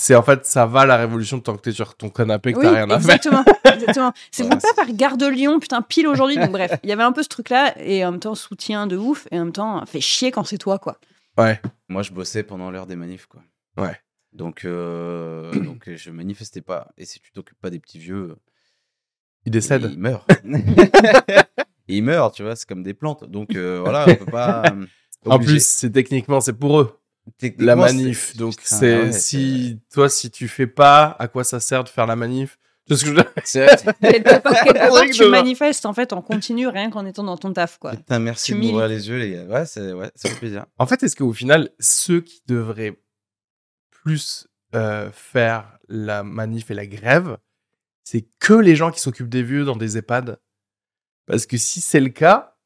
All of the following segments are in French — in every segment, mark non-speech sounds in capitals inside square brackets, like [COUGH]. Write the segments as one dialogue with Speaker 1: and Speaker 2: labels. Speaker 1: C'est en fait, ça va la révolution tant que t'es sur ton canapé, que
Speaker 2: Oui,
Speaker 1: t'as rien à faire.
Speaker 2: exactement.
Speaker 1: [LAUGHS]
Speaker 2: exactement. C'est vous
Speaker 3: Voilà,
Speaker 2: pas faire garde de Lyon, putain, pile aujourd'hui. Donc, bref, il y avait un peu ce truc-là, et en même temps, soutien de ouf, et en même temps, fait chier quand
Speaker 1: [LAUGHS]
Speaker 2: c'est toi, quoi.
Speaker 3: Moi, je bossais pendant l'heure des manifs, quoi.
Speaker 1: Ouais. [CLEARS THROAT]
Speaker 3: Donc, euh, donc euh, je manifestais pas. Et si tu t'occupes pas des petits vieux, euh,
Speaker 1: Il décède. [LAUGHS]
Speaker 3: ils meurent. ils meurent, tu vois, c'est comme des plantes. Donc
Speaker 1: [LAUGHS]
Speaker 3: euh, voilà, on peut pas. euh,
Speaker 1: En
Speaker 3: obliger.
Speaker 1: plus, c'est techniquement, c'est pour eux,
Speaker 3: Techniquement,
Speaker 1: la manif. Donc,
Speaker 3: Putain,
Speaker 1: c'est
Speaker 3: ouais,
Speaker 1: si toi, si tu fais pas, à quoi ça sert de faire la manif Tu vois ce que je veux dire
Speaker 3: c'est- c'est-
Speaker 2: Quelque part, quelque part,
Speaker 1: Truc de
Speaker 2: tu
Speaker 1: mort.
Speaker 2: manifestes en fait en continu, rien qu'en étant dans ton taf, quoi.
Speaker 3: Putain, merci
Speaker 2: Tu
Speaker 3: de m'ouvrir les yeux, les gars. Ouais, c'est ouais, ça fait plaisir.
Speaker 1: En fait, est-ce qu'au final, ceux qui devraient plus euh, faire la manif et la grève, c'est que les gens qui s'occupent des vieux dans des EHPAD Parce que si c'est le cas,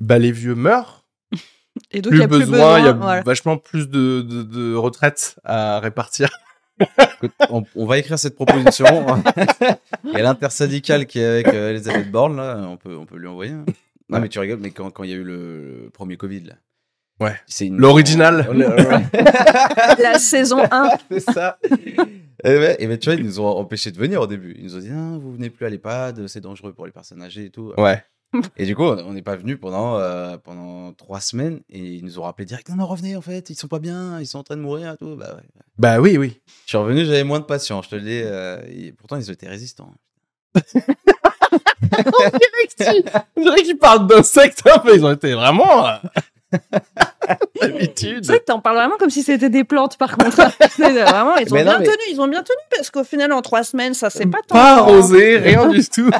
Speaker 1: bah, les vieux meurent.
Speaker 2: Et donc,
Speaker 1: Plus
Speaker 2: il y a plus besoin.
Speaker 1: besoin, il y a
Speaker 2: voilà.
Speaker 1: [LAUGHS] vachement plus de, de- de retraites à répartir.
Speaker 3: Écoute, on, on va écrire cette proposition.
Speaker 1: [LAUGHS]
Speaker 3: Il y a l'intersyndicale qui est avec euh, Elisabeth Borne, là, on peut, on peut lui envoyer. hein. Non,
Speaker 1: Ouais.
Speaker 3: mais tu rigoles, mais quand quand il y a eu le, le premier Covid, là.
Speaker 1: Ouais.
Speaker 3: C'est une- [LAUGHS]
Speaker 1: L'original.
Speaker 3: Le-
Speaker 1: [LAUGHS]
Speaker 3: le-
Speaker 2: La saison 1.
Speaker 3: C'est ça. Et ben, et ben, tu vois, ils nous ont empêchés de venir au début. Ils nous ont dit, non, vous venez plus à l'EHPAD, c'est dangereux pour les personnes âgées et tout.
Speaker 1: [LAUGHS] Ouais.
Speaker 3: Et du coup, on n'est pas venu pendant, euh, pendant trois semaines et ils nous ont rappelé direct, non, non, revenez en fait, ils sont pas bien, ils sont en train de mourir et tout. Bah ouais.
Speaker 1: Bah oui, oui.
Speaker 3: Je suis revenu, j'avais moins de patience, je te le dis. euh, et pourtant, ils étaient résistants.
Speaker 1: [LAUGHS] Je dirais qu'ils parlent d'un secte un peu. Ils ont été vraiment.
Speaker 2: [LAUGHS]
Speaker 1: euh, D'habitude.
Speaker 2: C'est vrai que t'en parles vraiment comme si c'était des plantes, par contre.
Speaker 1: [LAUGHS]
Speaker 2: C'est vraiment, ils ont
Speaker 3: Mais non,
Speaker 2: bien
Speaker 3: mais-
Speaker 2: tenu, ils ont bien tenu, parce qu'au final, en trois semaines, ça c'est pas tant.
Speaker 1: Euh,
Speaker 2: hein.
Speaker 1: Pas arrosé, rien du tout.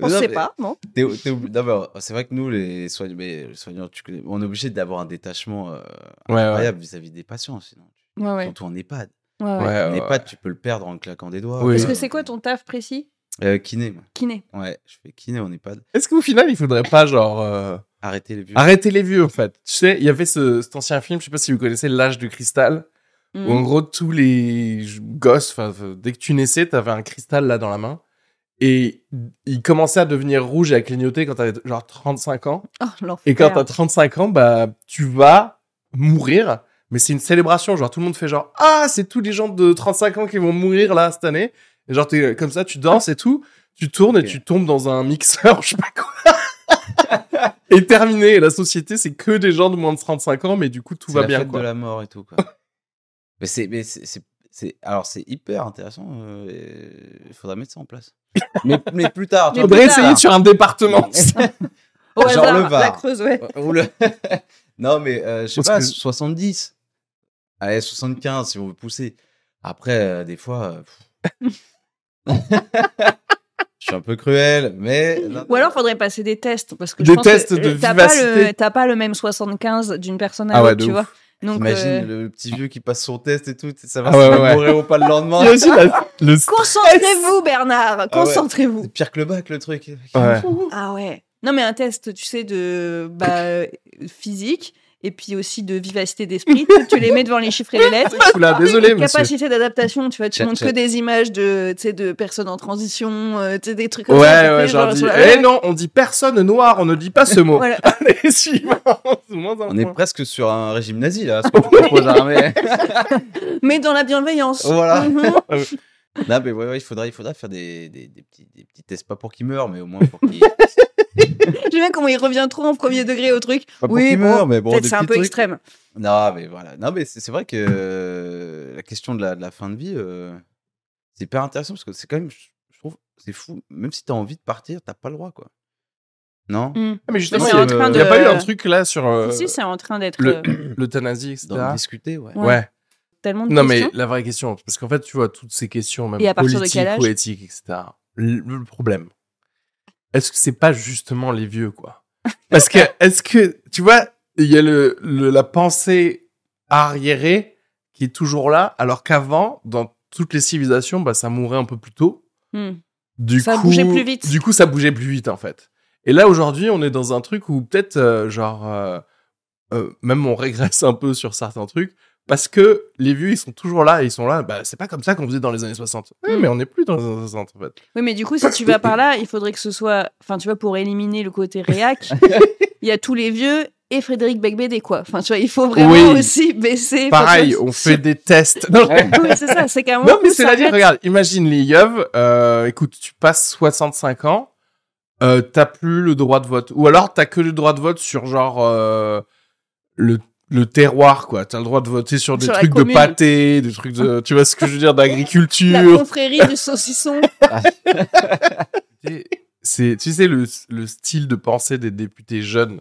Speaker 2: On
Speaker 3: Mais non,
Speaker 2: sait
Speaker 3: mais
Speaker 2: pas, bon.
Speaker 3: t'es- t'es obli- non, mais, euh, c'est vrai que nous, les soignants, mais, les soignants, tu connais, on est obligé d'avoir un détachement euh,
Speaker 1: Ouais, ouais.
Speaker 3: incroyable vis-à-vis des patients, sinon.
Speaker 2: Ouais, ouais.
Speaker 3: Surtout en EHPAD.
Speaker 2: ouais, ouais.
Speaker 1: Ouais,
Speaker 3: En
Speaker 1: Euh, ouais.
Speaker 3: EHPAD, tu peux le perdre en claquant des doigts.
Speaker 1: Oui.
Speaker 2: Parce
Speaker 1: Euh,
Speaker 2: que c'est quoi ton taf précis
Speaker 3: Euh, kiné. moi.
Speaker 2: Kiné.
Speaker 3: Ouais, je fais kiné en EHPAD.
Speaker 1: Est-ce qu'au final, il faudrait pas, genre, euh,
Speaker 3: Arrêtez les vieux.
Speaker 1: arrêter les vieux, en fait Tu sais, il y avait ce, cet ancien film, je sais pas si vous connaissez, L'âge du cristal, où en
Speaker 2: Mm.
Speaker 1: gros, tous les j- gosses, enfin, euh, dès que tu naissais, t'avais un cristal là dans la main. Et il commençait à devenir rouge et à clignoter quand t'avais genre 35 ans.
Speaker 2: Oh, l'enfer.
Speaker 1: Et quand t'as 35 ans, bah, tu vas mourir. Mais c'est une célébration. Genre, tout le monde fait genre, ah, c'est tous les gens de 35 ans qui vont mourir là cette année. Et genre, t'es comme ça, tu danses et tout. Tu tournes et
Speaker 3: Ok.
Speaker 1: tu tombes dans un mixeur, [LAUGHS] je sais pas quoi. et terminé. Et La société, c'est que des gens de moins de 35 ans, mais du coup, tout
Speaker 3: C'est
Speaker 1: va
Speaker 3: la
Speaker 1: bien,
Speaker 3: fête
Speaker 1: quoi.
Speaker 3: de la mort et
Speaker 1: [LAUGHS]
Speaker 3: tout. Quoi. mais c'est, mais c'est, c'est- c'est- alors c'est hyper intéressant. euh, et Il faudrait mettre ça en
Speaker 1: [LAUGHS]
Speaker 3: place. mais, mais plus tard. tu
Speaker 2: Mais
Speaker 3: vois,
Speaker 1: Faudrait
Speaker 2: plus tard.
Speaker 1: essayer sur un département.
Speaker 2: Au
Speaker 3: Genre
Speaker 2: hasard,
Speaker 3: le Var.
Speaker 2: la Creuse, ouais.
Speaker 3: Euh, Ou le- [LAUGHS] non, mais euh, je sais
Speaker 1: Parce
Speaker 3: pas,
Speaker 1: que-
Speaker 3: 70. Allez, 75 si on veut pousser. Après, euh, des fois. euh, [LAUGHS] pff. je suis un peu cruel, mais.
Speaker 2: Ou alors, faudrait passer des tests parce que je
Speaker 1: Des
Speaker 2: pense
Speaker 1: tests
Speaker 2: que
Speaker 1: de
Speaker 2: t'as pas
Speaker 1: vivacité.
Speaker 2: le t'as pas le même 75 d'une personne à
Speaker 1: Ah ouais,
Speaker 2: l'autre,
Speaker 1: de
Speaker 2: tu
Speaker 1: ouf.
Speaker 2: vois. Donc
Speaker 3: T'imagines
Speaker 2: euh,
Speaker 3: le petit vieux qui passe son test et tout, tu sais, ça va
Speaker 1: Ah ouais,
Speaker 3: s'il va
Speaker 1: ouais, ouais.
Speaker 3: mourir ou pas le lendemain.
Speaker 1: Il y a aussi la- le
Speaker 2: concentrez-vous Bernard,
Speaker 3: Ah ouais.
Speaker 2: concentrez-vous.
Speaker 3: C'est pire que le bac, le truc.
Speaker 1: Ouais.
Speaker 2: Ah ouais. Non, mais un test, tu sais, de bah, euh, physique et puis aussi de
Speaker 1: [LAUGHS]
Speaker 2: vivacité d'esprit. tu, tu les mets devant les chiffres et les lettres.
Speaker 1: Oula,
Speaker 3: Ah
Speaker 1: désolé, monsieur.
Speaker 2: Capacité d'adaptation, tu vois, tu
Speaker 3: Chat,
Speaker 2: montres que
Speaker 3: chat.
Speaker 2: des images de, tu sais, de personnes en transition, euh, tu sais, des trucs
Speaker 1: Ouais,
Speaker 2: comme ça. tu
Speaker 1: ouais,
Speaker 2: fais
Speaker 1: genre, dit,
Speaker 2: sur la-
Speaker 1: eh non, on dit personne noire, on ne dit pas ce mot. [LAUGHS]
Speaker 2: Voilà.
Speaker 1: Allez, suivant. C'est moins un
Speaker 3: On est
Speaker 1: point.
Speaker 3: presque sur un régime nazi là, [LAUGHS] ce qu'on propose hein, à l'armée.
Speaker 2: Mais dans la bienveillance.
Speaker 3: Voilà.
Speaker 2: Mhm.
Speaker 3: Non, mais ouais, ouais, il faudrait, il faudrait faire des, des, des petits, des petits tests, pas pour qu'il meure, mais au moins pour qu'il.
Speaker 2: J'aime bien comment il revient trop en premier degré au truc.
Speaker 3: Pas pour
Speaker 2: Oui,
Speaker 3: qu'il
Speaker 2: bon,
Speaker 3: meure, mais bon.
Speaker 2: Peut-être
Speaker 3: des
Speaker 2: c'est un
Speaker 3: petits
Speaker 2: peu
Speaker 3: trucs.
Speaker 2: extrême.
Speaker 3: Non, mais voilà. Non, mais c'est c'est vrai que euh, la question de la, de la fin de vie, euh, c'est hyper intéressant parce que c'est quand même, je, je trouve, c'est fou. Même si t'as envie de partir, t'as pas le droit, quoi. Non
Speaker 2: Mmh,
Speaker 1: Ah, mais justement, il
Speaker 2: Mais c'est
Speaker 1: n'y a,
Speaker 2: en train
Speaker 1: il y a
Speaker 2: de-
Speaker 1: pas eu un truc là sur euh,
Speaker 2: Si, Mm. si, c'est en train d'être
Speaker 1: le-
Speaker 2: euh,
Speaker 1: l'euthanasie, etc.
Speaker 3: D'en discuter, ouais.
Speaker 2: Ouais.
Speaker 1: Ouais.
Speaker 2: tellement de
Speaker 1: Non, mais
Speaker 2: questions.
Speaker 1: la vraie question, parce qu'en fait, tu vois, toutes ces questions, même
Speaker 2: Et à partir de
Speaker 1: politiques
Speaker 2: quel âge
Speaker 1: ou éthiques, etc. Le, le problème, est-ce que c'est pas justement les vieux,
Speaker 2: [LAUGHS]
Speaker 1: quoi Parce que, est-ce que, tu vois, il y a le, le- la pensée arriérée qui est toujours là, alors qu'avant, dans toutes les civilisations, bah, ça mourait un peu plus tôt.
Speaker 2: Hmm.
Speaker 1: Du
Speaker 2: Ça
Speaker 1: coup,
Speaker 2: bougeait plus vite.
Speaker 1: Du coup, ça bougeait plus vite, en fait. Et là, aujourd'hui, on est dans un truc où peut-être, euh, genre, euh, euh, même on régresse un peu sur certains trucs, parce que les vieux, ils sont toujours là, et ils sont là, bah, c'est pas comme ça qu'on faisait dans les années 60. Ouais,
Speaker 2: Mm.
Speaker 1: mais on n'est plus dans les années 60, en fait.
Speaker 2: Oui, mais du coup, si tu vas par là, il faudrait que ce soit. Enfin, tu vois, pour éliminer le
Speaker 1: [LAUGHS]
Speaker 2: côté réac, il y a tous les vieux et Frédéric Becbédé, quoi. Enfin, tu vois, il faut vraiment
Speaker 1: Oui.
Speaker 2: aussi baisser.
Speaker 1: Pareil,
Speaker 2: Faut-
Speaker 1: on fait
Speaker 2: [LAUGHS]
Speaker 1: des tests. Non,
Speaker 2: Oui, c'est ça, c'est qu'à un
Speaker 1: non
Speaker 2: moment.
Speaker 1: mais
Speaker 2: où
Speaker 1: c'est
Speaker 2: ça
Speaker 1: la vie,
Speaker 2: arrête.
Speaker 1: regarde, imagine les yeux, écoute, tu passes 65 ans, euh, t'as plus le droit de vote. Ou alors, t'as que le droit de vote sur, genre, euh, le le terroir quoi t'as le droit de voter sur des
Speaker 2: Sur la
Speaker 1: trucs de
Speaker 2: commune.
Speaker 1: pâté des trucs de tu vois ce que je veux dire
Speaker 2: La
Speaker 1: d'agriculture
Speaker 2: confrérie
Speaker 1: [LAUGHS]
Speaker 2: du saucisson.
Speaker 1: Et c'est tu sais le, le style de pensée des députés jeunes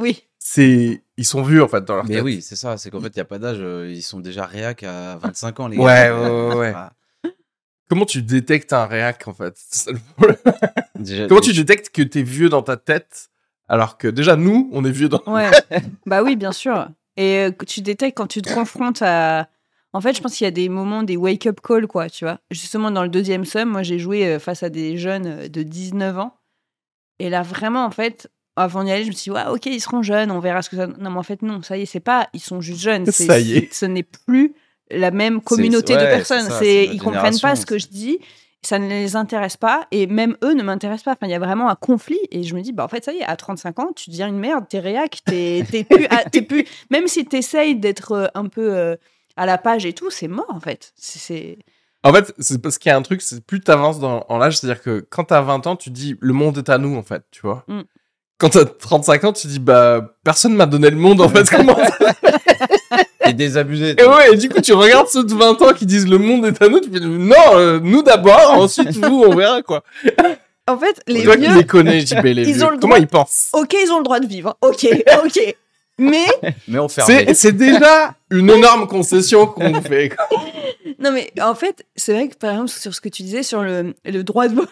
Speaker 2: Oui.
Speaker 1: c'est ils sont vieux en fait dans leur
Speaker 3: Mais
Speaker 1: tête.
Speaker 3: oui, c'est ça. C'est qu'en fait, il n'y a pas d'âge. euh, Ils sont déjà réac à 25 ans, les
Speaker 1: Ouais,
Speaker 3: gars.
Speaker 1: ouais,
Speaker 3: [LAUGHS]
Speaker 1: ouais, ouais.
Speaker 3: Ah,
Speaker 1: Comment tu détectes un réac en fait C'est ça le problème.
Speaker 3: déjà-
Speaker 1: Comment tu détectes que t'es vieux dans ta tête alors que déjà nous on est vieux [LAUGHS] dans
Speaker 2: Ouais. bah oui, bien sûr. Et euh, que tu détectes quand tu te confrontes à. En fait, je pense qu'il y a des moments, des wake-up calls, quoi, tu vois. Justement, dans le deuxième sum, moi, j'ai joué euh, face à des jeunes euh, de 19 ans. Et là, vraiment, en fait, avant d'y aller, je me suis dit, ouais, ok, ils seront jeunes, on verra ce que ça. Non, mais en fait, non, ça y est, c'est pas. Ils sont juste jeunes. c'est-
Speaker 1: Ça y est.
Speaker 2: c'est- Ce n'est plus la même communauté
Speaker 3: c'est-
Speaker 2: de
Speaker 3: ouais,
Speaker 2: personnes.
Speaker 3: c'est ça,
Speaker 2: C'est-
Speaker 3: c'est
Speaker 2: Ils
Speaker 3: notre
Speaker 2: comprennent pas
Speaker 3: génération,
Speaker 2: ce que
Speaker 3: c'est-
Speaker 2: je dis. Ça ne les intéresse pas et même eux ne m'intéressent pas. Enfin, il y a vraiment un conflit et je me dis, bah en fait, ça y est, à 35 ans, tu deviens une merde, t'es réac,
Speaker 3: [LAUGHS]
Speaker 2: t'es t'es plus, à- t'es plus. Même si t'essayes d'être euh, un peu euh, à la page et tout, c'est mort en fait. C'est- C'est.
Speaker 1: En fait, c'est parce qu'il y a un truc, c'est plus t'avances dans en l'âge, c'est-à-dire que quand t'as 20 ans, tu dis le monde est à nous en fait, tu vois.
Speaker 2: Mm.
Speaker 1: Quand t'as 35 ans, tu dis bah personne m'a donné le monde en
Speaker 2: [LAUGHS]
Speaker 1: fait. Comment
Speaker 3: T'es désabusé.
Speaker 1: Et
Speaker 3: toi.
Speaker 1: ouais, et du coup, tu regardes ceux de 20 ans qui disent le monde est à nous, tu fais non, euh, nous
Speaker 2: [LAUGHS]
Speaker 1: d'abord, ensuite vous, on verra quoi.
Speaker 2: En fait, les
Speaker 1: tu vois qui
Speaker 2: vieux,
Speaker 1: les connais, JB, les
Speaker 2: Ils
Speaker 1: vieux.
Speaker 2: ont le
Speaker 1: Comment
Speaker 2: droit.
Speaker 1: ils pensent
Speaker 2: ok, ils ont le droit de vivre,
Speaker 3: [LAUGHS]
Speaker 2: hein. ok, ok. Mais
Speaker 3: Mais on
Speaker 1: [LAUGHS]
Speaker 3: ferme.
Speaker 1: C'est c'est déjà une énorme concession
Speaker 2: [LAUGHS]
Speaker 1: qu'on fait. quoi.
Speaker 2: Non, mais en fait, c'est vrai que par exemple, sur ce que tu disais sur le, le droit de vote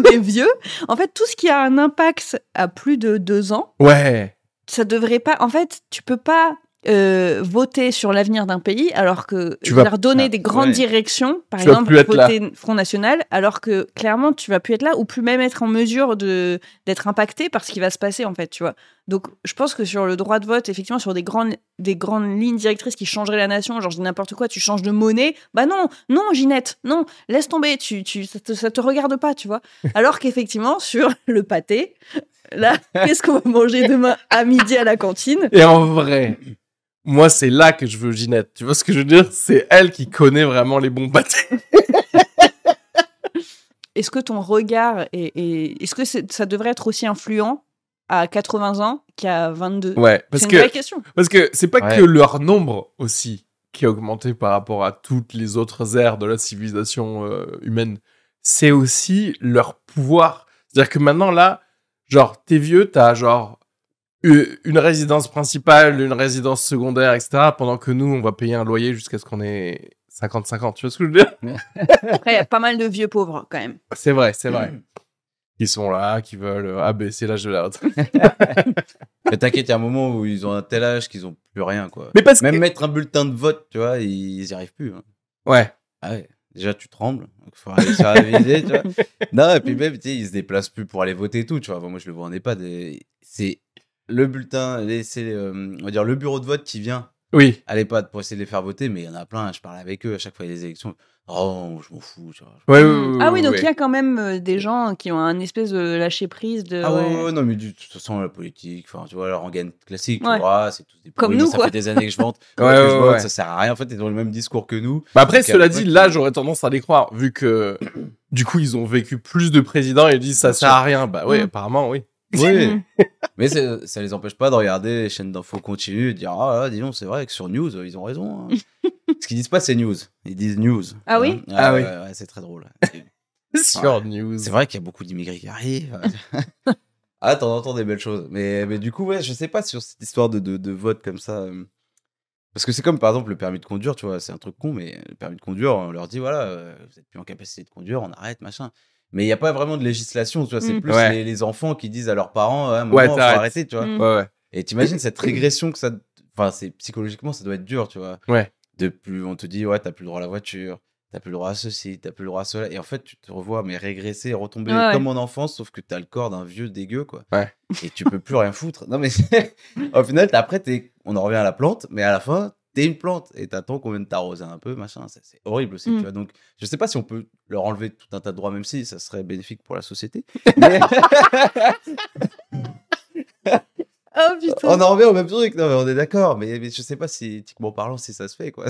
Speaker 2: [LAUGHS] des vieux, en fait, tout ce qui a un impact à plus de deux ans,
Speaker 1: Ouais.
Speaker 2: ça devrait pas. En fait, tu peux pas. euh, voter sur l'avenir d'un pays, alors que
Speaker 1: Tu vas-
Speaker 2: leur donner
Speaker 3: Ah,
Speaker 2: des grandes
Speaker 3: ouais.
Speaker 2: directions, par
Speaker 1: Tu vas
Speaker 2: exemple
Speaker 1: plus être
Speaker 2: voter Front National, alors que clairement tu vas plus être là ou plus même être en mesure de d'être impacté par ce qui va se passer en fait, tu vois. Donc je pense que sur le droit de vote, effectivement sur des grandes des grandes lignes directrices qui changeraient la nation, genre je dis n'importe quoi, tu changes de monnaie, bah non, non Ginette, non, laisse tomber, tu tu ça te, ça te regarde pas,
Speaker 1: [LAUGHS]
Speaker 2: tu vois. Alors qu'effectivement sur le pâté, là qu'est-ce qu'on va manger demain à midi à la cantine
Speaker 1: Et en vrai, moi, c'est là que je veux Ginette. Tu vois ce que je veux dire C'est elle qui connaît vraiment les bons pâtés.
Speaker 2: Est-ce que ton regard est, est- est-ce que c'est- ça devrait être aussi influent à 80 ans qu'à 22
Speaker 1: Ouais, parce
Speaker 2: C'est une vraie
Speaker 1: que
Speaker 2: question.
Speaker 1: parce que c'est pas
Speaker 3: Ouais.
Speaker 1: que leur nombre aussi qui a augmenté par rapport à toutes les autres ères de la civilisation euh, humaine. C'est aussi leur pouvoir. C'est-à-dire que maintenant là, genre t'es vieux, t'as genre u- une résidence principale, une résidence secondaire, etc. Pendant que nous, on va payer un loyer jusqu'à ce qu'on ait 50-50. Tu vois ce que je veux dire
Speaker 2: Après, il y a pas mal de vieux pauvres quand même.
Speaker 1: C'est vrai, c'est vrai. Ils sont là, qui veulent euh, abaisser l'âge de la retraite.
Speaker 3: Mais t'inquiète, il y a un moment où ils ont un tel âge qu'ils ont plus rien, quoi.
Speaker 1: Mais parce
Speaker 3: Même
Speaker 1: que...
Speaker 3: mettre un bulletin de vote, tu vois, ils y arrivent plus. hein.
Speaker 1: Ouais.
Speaker 3: Ah ouais. Déjà, tu trembles. Donc, faut réussir à réviser, tu vois.
Speaker 2: [LAUGHS]
Speaker 3: Non, et puis même, tu sais, ils se déplacent plus pour aller voter et tout, tu vois. Bon, moi, je le vois en EHPAD. et C'est le bulletin, les- c'est, euh, on va dire, le bureau de vote qui vient
Speaker 1: Oui.
Speaker 3: à l'EHPAD pour essayer de les faire voter, mais il y en a plein. Je parle avec eux à chaque fois des élections. Oh, je m'en fous, tu vois.
Speaker 1: Ouais, ouais, ouais,
Speaker 2: ah
Speaker 1: ouais,
Speaker 2: oui,
Speaker 1: Euh,
Speaker 2: donc
Speaker 1: ouais.
Speaker 2: il y a quand même euh, des gens qui ont un espèce de lâcher prise de.
Speaker 3: Ah ouais,
Speaker 2: ouais.
Speaker 3: ouais, non, mais du- de toute façon, la politique, enfin, tu vois, leur rengaine classique,
Speaker 2: Ouais.
Speaker 3: tu vois, c'est tous des
Speaker 2: Comme
Speaker 3: pourris,
Speaker 2: nous,
Speaker 3: moi, ça
Speaker 2: quoi.
Speaker 3: fait des années que je
Speaker 1: [LAUGHS]
Speaker 3: vante,
Speaker 1: Ouais,
Speaker 3: que je
Speaker 1: ouais,
Speaker 3: vote,
Speaker 1: ouais.
Speaker 3: ça sert à rien, en fait, ils ont le même discours que
Speaker 2: [LAUGHS]
Speaker 3: nous.
Speaker 1: Bah après,
Speaker 3: Donc,
Speaker 1: cela
Speaker 3: euh,
Speaker 1: dit,
Speaker 3: ouais.
Speaker 1: là, j'aurais tendance à les croire, vu que du coup, ils ont vécu plus de présidents et ils disent ça
Speaker 3: Bien
Speaker 1: sert à rien. Bah oui,
Speaker 2: Mm.
Speaker 1: apparemment, oui.
Speaker 3: Oui,
Speaker 2: Mm.
Speaker 3: mais c'est- ça les empêche pas de regarder les chaînes d'infos continues et de dire, ah, là, dis donc, c'est vrai que sur News, euh, ils ont raison.
Speaker 2: [LAUGHS]
Speaker 3: hein. Ce qu'ils disent pas, c'est News. Ils disent News.
Speaker 2: Ah oui
Speaker 3: Ouais,
Speaker 1: Ah oui.
Speaker 3: ouais, ouais, c'est très drôle.
Speaker 1: Sur News.
Speaker 3: C'est vrai qu'il y a beaucoup d'immigrés qui
Speaker 2: [LAUGHS]
Speaker 3: arrivent. ah, t'en entends des belles choses. Mais, mais du coup, ouais, je sais pas sur cette histoire de, de, de vote comme ça. euh, Parce que c'est comme par exemple le permis de conduire, tu vois, c'est un truc con, mais le permis de conduire, on leur dit voilà, euh, vous êtes plus en capacité de conduire, on arrête, machin. Mais il n'y a pas vraiment de législation, tu vois, c'est
Speaker 2: Mm.
Speaker 3: plus
Speaker 1: Ouais.
Speaker 3: les, les enfants qui disent à leurs parents, Ah, maman,
Speaker 1: Ouais,
Speaker 3: faut
Speaker 1: t'arrêtes.
Speaker 3: arrêter, tu vois.
Speaker 2: Mm.
Speaker 1: Ouais, ouais.
Speaker 3: Et t'imagines cette régression que ça. Enfin, c'est psychologiquement, ça doit être dur, tu vois.
Speaker 1: Ouais.
Speaker 3: De plus, on te dit, ouais, t'as plus le droit à la voiture, t'as plus le droit à ceci, t'as plus le droit à cela. Et en fait, tu te revois, mais régresser, retomber
Speaker 2: Ouais, ouais.
Speaker 3: comme en enfance, sauf que t'as le corps d'un vieux dégueu, quoi.
Speaker 1: Ouais.
Speaker 3: Et tu peux plus rien foutre. Non, mais c'est- [LAUGHS] au final, t'as- après, t'es- on en revient à la plante, mais à la fin, t'es une plante et t'attends qu'on vienne t'arroser un peu, machin. C'est c'est horrible aussi,
Speaker 2: Mm.
Speaker 3: tu vois. Donc, je sais pas si on peut leur enlever tout un tas de droits, même si ça serait bénéfique pour la société. Mais-
Speaker 2: Oh putain.
Speaker 3: On en revient au même truc, non, mais on est d'accord, mais, mais je sais pas si, éthiquement parlant, si ça se fait, quoi.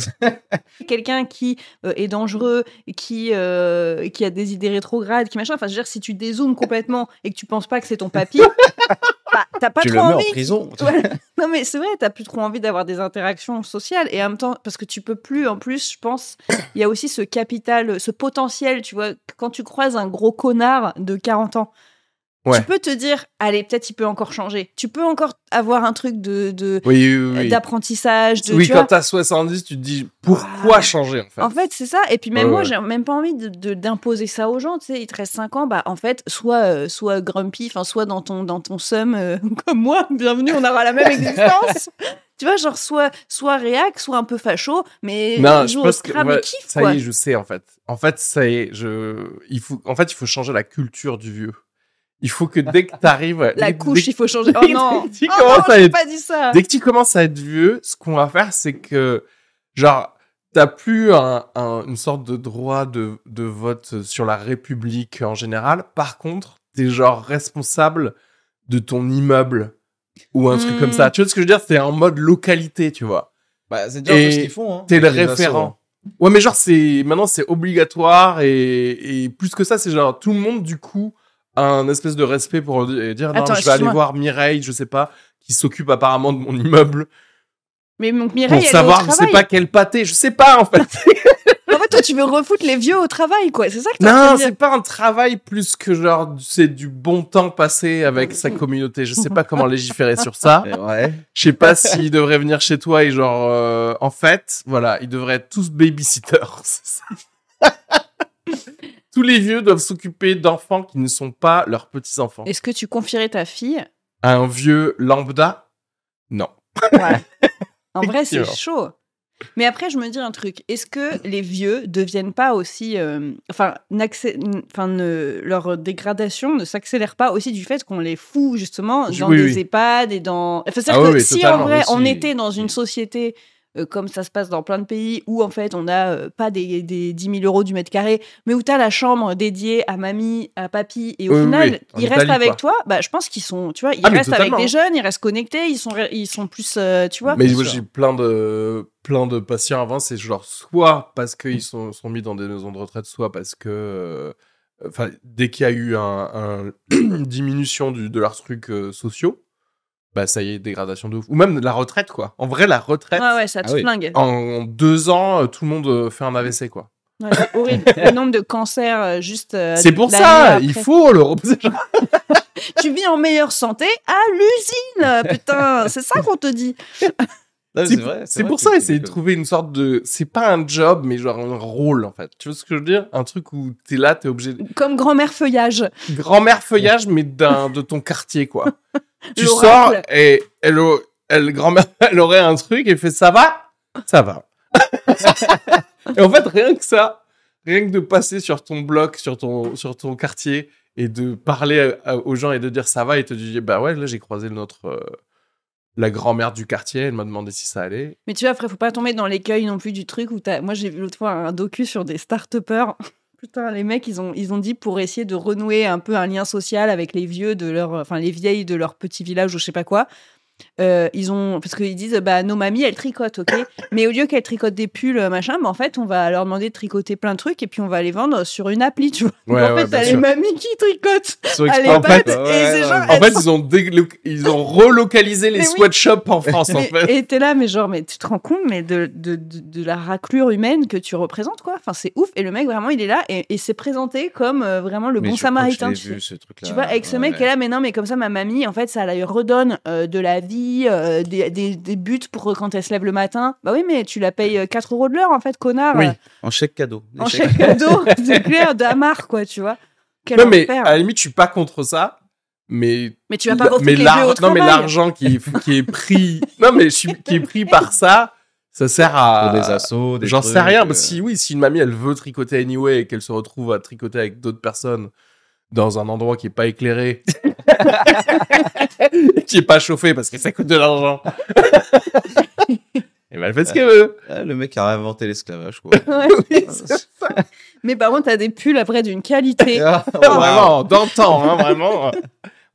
Speaker 2: Quelqu'un qui euh, est dangereux, qui, euh, qui a des idées rétrogrades, qui machin. Enfin, je veux dire, si tu dézoomes complètement et que tu penses pas que c'est ton
Speaker 1: [LAUGHS]
Speaker 2: papy, bah, t'as pas
Speaker 3: tu le
Speaker 2: trop
Speaker 3: mets
Speaker 2: envie.
Speaker 3: en
Speaker 2: [LAUGHS]
Speaker 3: prison.
Speaker 2: Voilà. Non mais c'est vrai, t'as plus trop envie d'avoir des interactions sociales et en même temps parce que tu peux plus. En plus, je pense, il y a aussi ce capital, ce potentiel, tu vois, quand tu croises un gros connard de 40 ans.
Speaker 1: Ouais.
Speaker 2: Tu peux te dire, allez, peut-être il peut encore changer. Tu peux encore avoir un truc de de-
Speaker 1: Oui, oui, oui.
Speaker 2: d'apprentissage. De,
Speaker 1: Oui,
Speaker 2: tu
Speaker 1: quand
Speaker 2: vois.
Speaker 1: t'as 70, tu te dis pourquoi
Speaker 2: Ah.
Speaker 1: changer en fait
Speaker 2: En fait, c'est ça. Et puis même
Speaker 1: Ouais,
Speaker 2: moi,
Speaker 1: ouais.
Speaker 2: j'ai même pas envie de- de- d'imposer ça aux gens. Tu sais, il te reste 5 ans, bah en fait, soit euh, soit grumpy, enfin soit dans ton dans ton somme euh, [LAUGHS] comme moi. Bienvenue, on aura
Speaker 1: [LAUGHS]
Speaker 2: la même existence. tu vois, genre soit soit réac, soit un peu facho, mais
Speaker 1: Non, je
Speaker 2: joue au
Speaker 1: pense que
Speaker 2: Scrabble
Speaker 1: ouais,
Speaker 2: et kiffe,
Speaker 1: ça
Speaker 2: quoi.
Speaker 1: y est, je sais en fait. En fait, ça y est, je il faut en fait, il faut changer la culture du vieux. Il faut que dès que t'arrives
Speaker 2: La
Speaker 1: dès-
Speaker 2: couche,
Speaker 1: dès-
Speaker 2: il
Speaker 1: [LAUGHS]
Speaker 2: faut changer. Oh non,
Speaker 1: Tu
Speaker 2: oh
Speaker 1: commences
Speaker 2: non,
Speaker 1: à
Speaker 2: j'ai
Speaker 1: être-
Speaker 2: pas dit ça.
Speaker 1: [LAUGHS] Dès que tu commences à être vieux, ce qu'on va faire, c'est que, genre, t'as plus un- un- une sorte de droit de, de vote sur la République en général. Par contre, t'es genre responsable de ton immeuble ou un truc
Speaker 2: Hmm.
Speaker 1: comme ça. Tu vois ce que je veux dire C'est en mode localité, tu vois.
Speaker 3: Bah, c'est déjà un peu
Speaker 1: Et
Speaker 3: ce qu'ils font. Hein,
Speaker 1: T'es le
Speaker 3: avec les assos,
Speaker 1: référent. Ouais, mais genre, c'est maintenant, c'est obligatoire et, et plus que ça, c'est genre tout le monde, du coup, a un espèce de respect pour di- dire
Speaker 2: Attends,
Speaker 1: non, je vais aller
Speaker 2: excuse-moi.
Speaker 1: voir Mireille, je sais pas, qui s'occupe apparemment de mon immeuble
Speaker 2: Mais donc Mireille,
Speaker 1: pour
Speaker 2: elle est au
Speaker 1: savoir je sais
Speaker 2: travail.
Speaker 1: pas quel pâté, je sais pas en fait.
Speaker 2: En fait, toi, tu veux refoutre les vieux au travail, quoi. C'est ça que t'es en train
Speaker 1: non,
Speaker 2: de dire.
Speaker 1: c'est pas un travail plus que genre du- c'est du bon temps passé avec sa communauté. Je sais pas comment légiférer sur ça.
Speaker 3: hein. Et Ouais.
Speaker 1: Je sais pas s'ils devraient venir chez toi et genre euh, en fait, voilà, ils devraient être tous babysitters. [LAUGHS] c'est ça. tous les vieux doivent s'occuper d'enfants qui ne sont pas leurs petits-enfants.
Speaker 2: Est-ce que tu confierais ta fille
Speaker 1: Un vieux lambda Non.
Speaker 2: Voilà. En vrai, c'est
Speaker 4: Effectivement.
Speaker 2: chaud. Mais après, je me dis un truc. Est-ce que les vieux deviennent pas aussi, euh, enfin, n'accé- n- enfin, ne- leur dégradation ne s'accélère pas aussi du fait qu'on les fout justement
Speaker 4: Oui,
Speaker 2: dans
Speaker 4: oui,
Speaker 2: des
Speaker 4: oui.
Speaker 2: EHPAD et dans. Enfin, c'est-à-dire
Speaker 4: Ah oui,
Speaker 2: que
Speaker 4: oui,
Speaker 2: si en
Speaker 4: totalement,
Speaker 2: vrai
Speaker 4: oui,
Speaker 2: on
Speaker 4: si.
Speaker 2: était dans une société euh, comme ça se passe dans plein de pays où en fait on n'a euh, pas des, des 10 000 euros du mètre carré, mais où tu as la chambre dédiée à mamie, à papy, et au
Speaker 4: Oui, oui,
Speaker 2: final
Speaker 4: oui. En
Speaker 2: ils restent
Speaker 4: Italie,
Speaker 2: avec
Speaker 4: quoi.
Speaker 2: toi, bah, je pense qu'ils sont, tu vois, ils
Speaker 1: Ah, mais
Speaker 2: restent avec
Speaker 1: totalement.
Speaker 2: des jeunes, ils restent connectés, ils sont, re- ils sont plus, euh, tu vois.
Speaker 1: Mais
Speaker 4: Bien
Speaker 1: moi,
Speaker 4: sûr.
Speaker 1: j'ai plein de, plein de patients avant, c'est genre soit parce qu'ils sont, sont mis dans des maisons de retraite, soit parce que. euh, Enfin, dès qu'il y a eu un, [CLEARS THROAT] un diminution du- de leurs trucs euh, sociaux, bah ça y est, dégradation de ouf. Ou même de la retraite, quoi. En vrai, la retraite,
Speaker 2: Ouais, ouais, ça te
Speaker 3: Ah oui.
Speaker 2: flingue.
Speaker 1: en, en deux ans, euh, tout le monde euh, fait un AVC, quoi.
Speaker 2: Ouais,
Speaker 1: [LAUGHS]
Speaker 2: c'est horrible. Le nombre de cancers euh, juste. euh,
Speaker 1: c'est pour
Speaker 2: la
Speaker 1: ça,
Speaker 2: nuit
Speaker 1: il
Speaker 2: après.
Speaker 1: faut le reposer.
Speaker 2: Tu vis en meilleure santé à l'usine, putain, c'est ça qu'on te dit.
Speaker 3: Non, mais
Speaker 1: C'est-
Speaker 3: vrai,
Speaker 1: C'est
Speaker 3: vrai
Speaker 1: pour
Speaker 3: que
Speaker 1: ça,
Speaker 3: c'est
Speaker 1: essayer de
Speaker 3: quelque chose.
Speaker 1: trouver une sorte de. C'est pas un job, mais genre un rôle, en fait. Tu vois ce que je veux dire Un truc où t'es là, t'es obligé.
Speaker 2: Comme grand-mère feuillage.
Speaker 1: Grand-mère feuillage, mais d'un, de ton quartier, quoi.
Speaker 2: [LAUGHS]
Speaker 1: tu
Speaker 2: L'oracle.
Speaker 1: sors et elle, au- elle, grand-mère, [LAUGHS] elle aurait un truc et fait ça va Ça va. [LAUGHS] et en fait, rien que ça, rien que de passer sur ton bloc, sur ton, sur ton quartier et de parler à- à- aux gens et de dire ça va et te dire bah ouais, là j'ai croisé notre. euh, la grand-mère du quartier, elle m'a demandé si ça allait.
Speaker 2: Mais tu vois, après, faut pas tomber dans l'écueil non plus du truc où t'as. Moi, j'ai vu l'autre fois un docu sur des start-upers. [LAUGHS] Putain, les mecs, ils ont, ils ont dit pour essayer de renouer un peu un lien social avec les vieux de leur, enfin les vieilles de leur petit village ou je sais pas quoi. Euh, ils ont, parce qu'ils disent, bah nos mamies, elles tricotent, ok. Mais au lieu qu'elles tricotent des pulls, euh, machin, bah, en fait, on va leur demander de tricoter plein de trucs et puis on va les vendre sur une appli, tu vois. Donc,
Speaker 1: Ouais,
Speaker 2: en
Speaker 1: ouais,
Speaker 2: fait,
Speaker 1: bien
Speaker 2: t'as les
Speaker 1: sûr.
Speaker 2: mamies qui tricotent
Speaker 1: Sur
Speaker 2: à
Speaker 1: Expo- en
Speaker 2: l'EHPAD
Speaker 1: fait,
Speaker 2: et
Speaker 3: ouais,
Speaker 2: c'est
Speaker 3: ouais.
Speaker 2: genre.
Speaker 1: en
Speaker 2: elles
Speaker 1: fait, ils ont, déglo- ils ont relocalisé les
Speaker 2: Mais oui.
Speaker 1: sweatshops en France, en
Speaker 2: Mais-
Speaker 1: fait.
Speaker 2: Et t'es là, mais genre, mais tu te rends compte, mais de, de, de, de la raclure humaine que tu représentes, quoi. Enfin, c'est ouf. Et le mec, vraiment, il est là et, et s'est présenté comme euh, vraiment le
Speaker 3: Mais
Speaker 2: bon
Speaker 3: je crois que je
Speaker 2: samaritain.
Speaker 3: l'ai
Speaker 2: Tu,
Speaker 3: vu,
Speaker 2: fais-
Speaker 3: ce truc-là.
Speaker 2: tu vois, avec ce mec qui est
Speaker 3: Ouais.
Speaker 2: là, mais non, mais comme ça, ma mamie, en fait, ça lui redonne euh, de la vie, euh, des, des, des buts pour euh, quand elle se lève le matin. Bah oui, mais tu la payes euh, 4 euros de l'heure, en fait, connard.
Speaker 1: Oui.
Speaker 2: Euh,
Speaker 3: En chèque cadeau. Des
Speaker 2: En
Speaker 3: chèques-
Speaker 1: [LAUGHS]
Speaker 2: chèque cadeau, c'est clair, d'Amar, quoi, tu vois. Quel
Speaker 1: Non, mais
Speaker 2: enfer.
Speaker 1: à la limite, je suis pas contre ça, mais.
Speaker 2: mais tu vas pas porter
Speaker 1: mais
Speaker 2: les
Speaker 1: l'ar-
Speaker 2: vieux au
Speaker 1: Non, mais
Speaker 2: travail.
Speaker 1: l'argent qui, est- qui est
Speaker 2: [LAUGHS]
Speaker 1: pris. non, mais je suis- qui est pris par ça, ça sert à.
Speaker 3: Pour des assauts, des
Speaker 1: J'en
Speaker 3: trucs,
Speaker 1: sais rien.
Speaker 3: euh,
Speaker 1: parce que Si oui, si une mamie elle veut tricoter anyway et qu'elle se retrouve à tricoter avec d'autres personnes dans un endroit qui est pas éclairé,
Speaker 2: [LAUGHS]
Speaker 1: qui est pas chauffé parce que ça coûte de l'argent.
Speaker 2: [LAUGHS]
Speaker 1: Et ben elle fait ce qu'elle veut.
Speaker 3: ah, le mec a réinventé l'esclavage,
Speaker 2: [LAUGHS]
Speaker 3: quoi. Ah,
Speaker 2: Ouais. Mais par contre, t'as des pulls après
Speaker 1: [LAUGHS]
Speaker 2: d'une qualité. [LAUGHS]
Speaker 3: Ah,
Speaker 1: Non,
Speaker 3: wow.
Speaker 1: Vraiment, d'antan, hein, vraiment.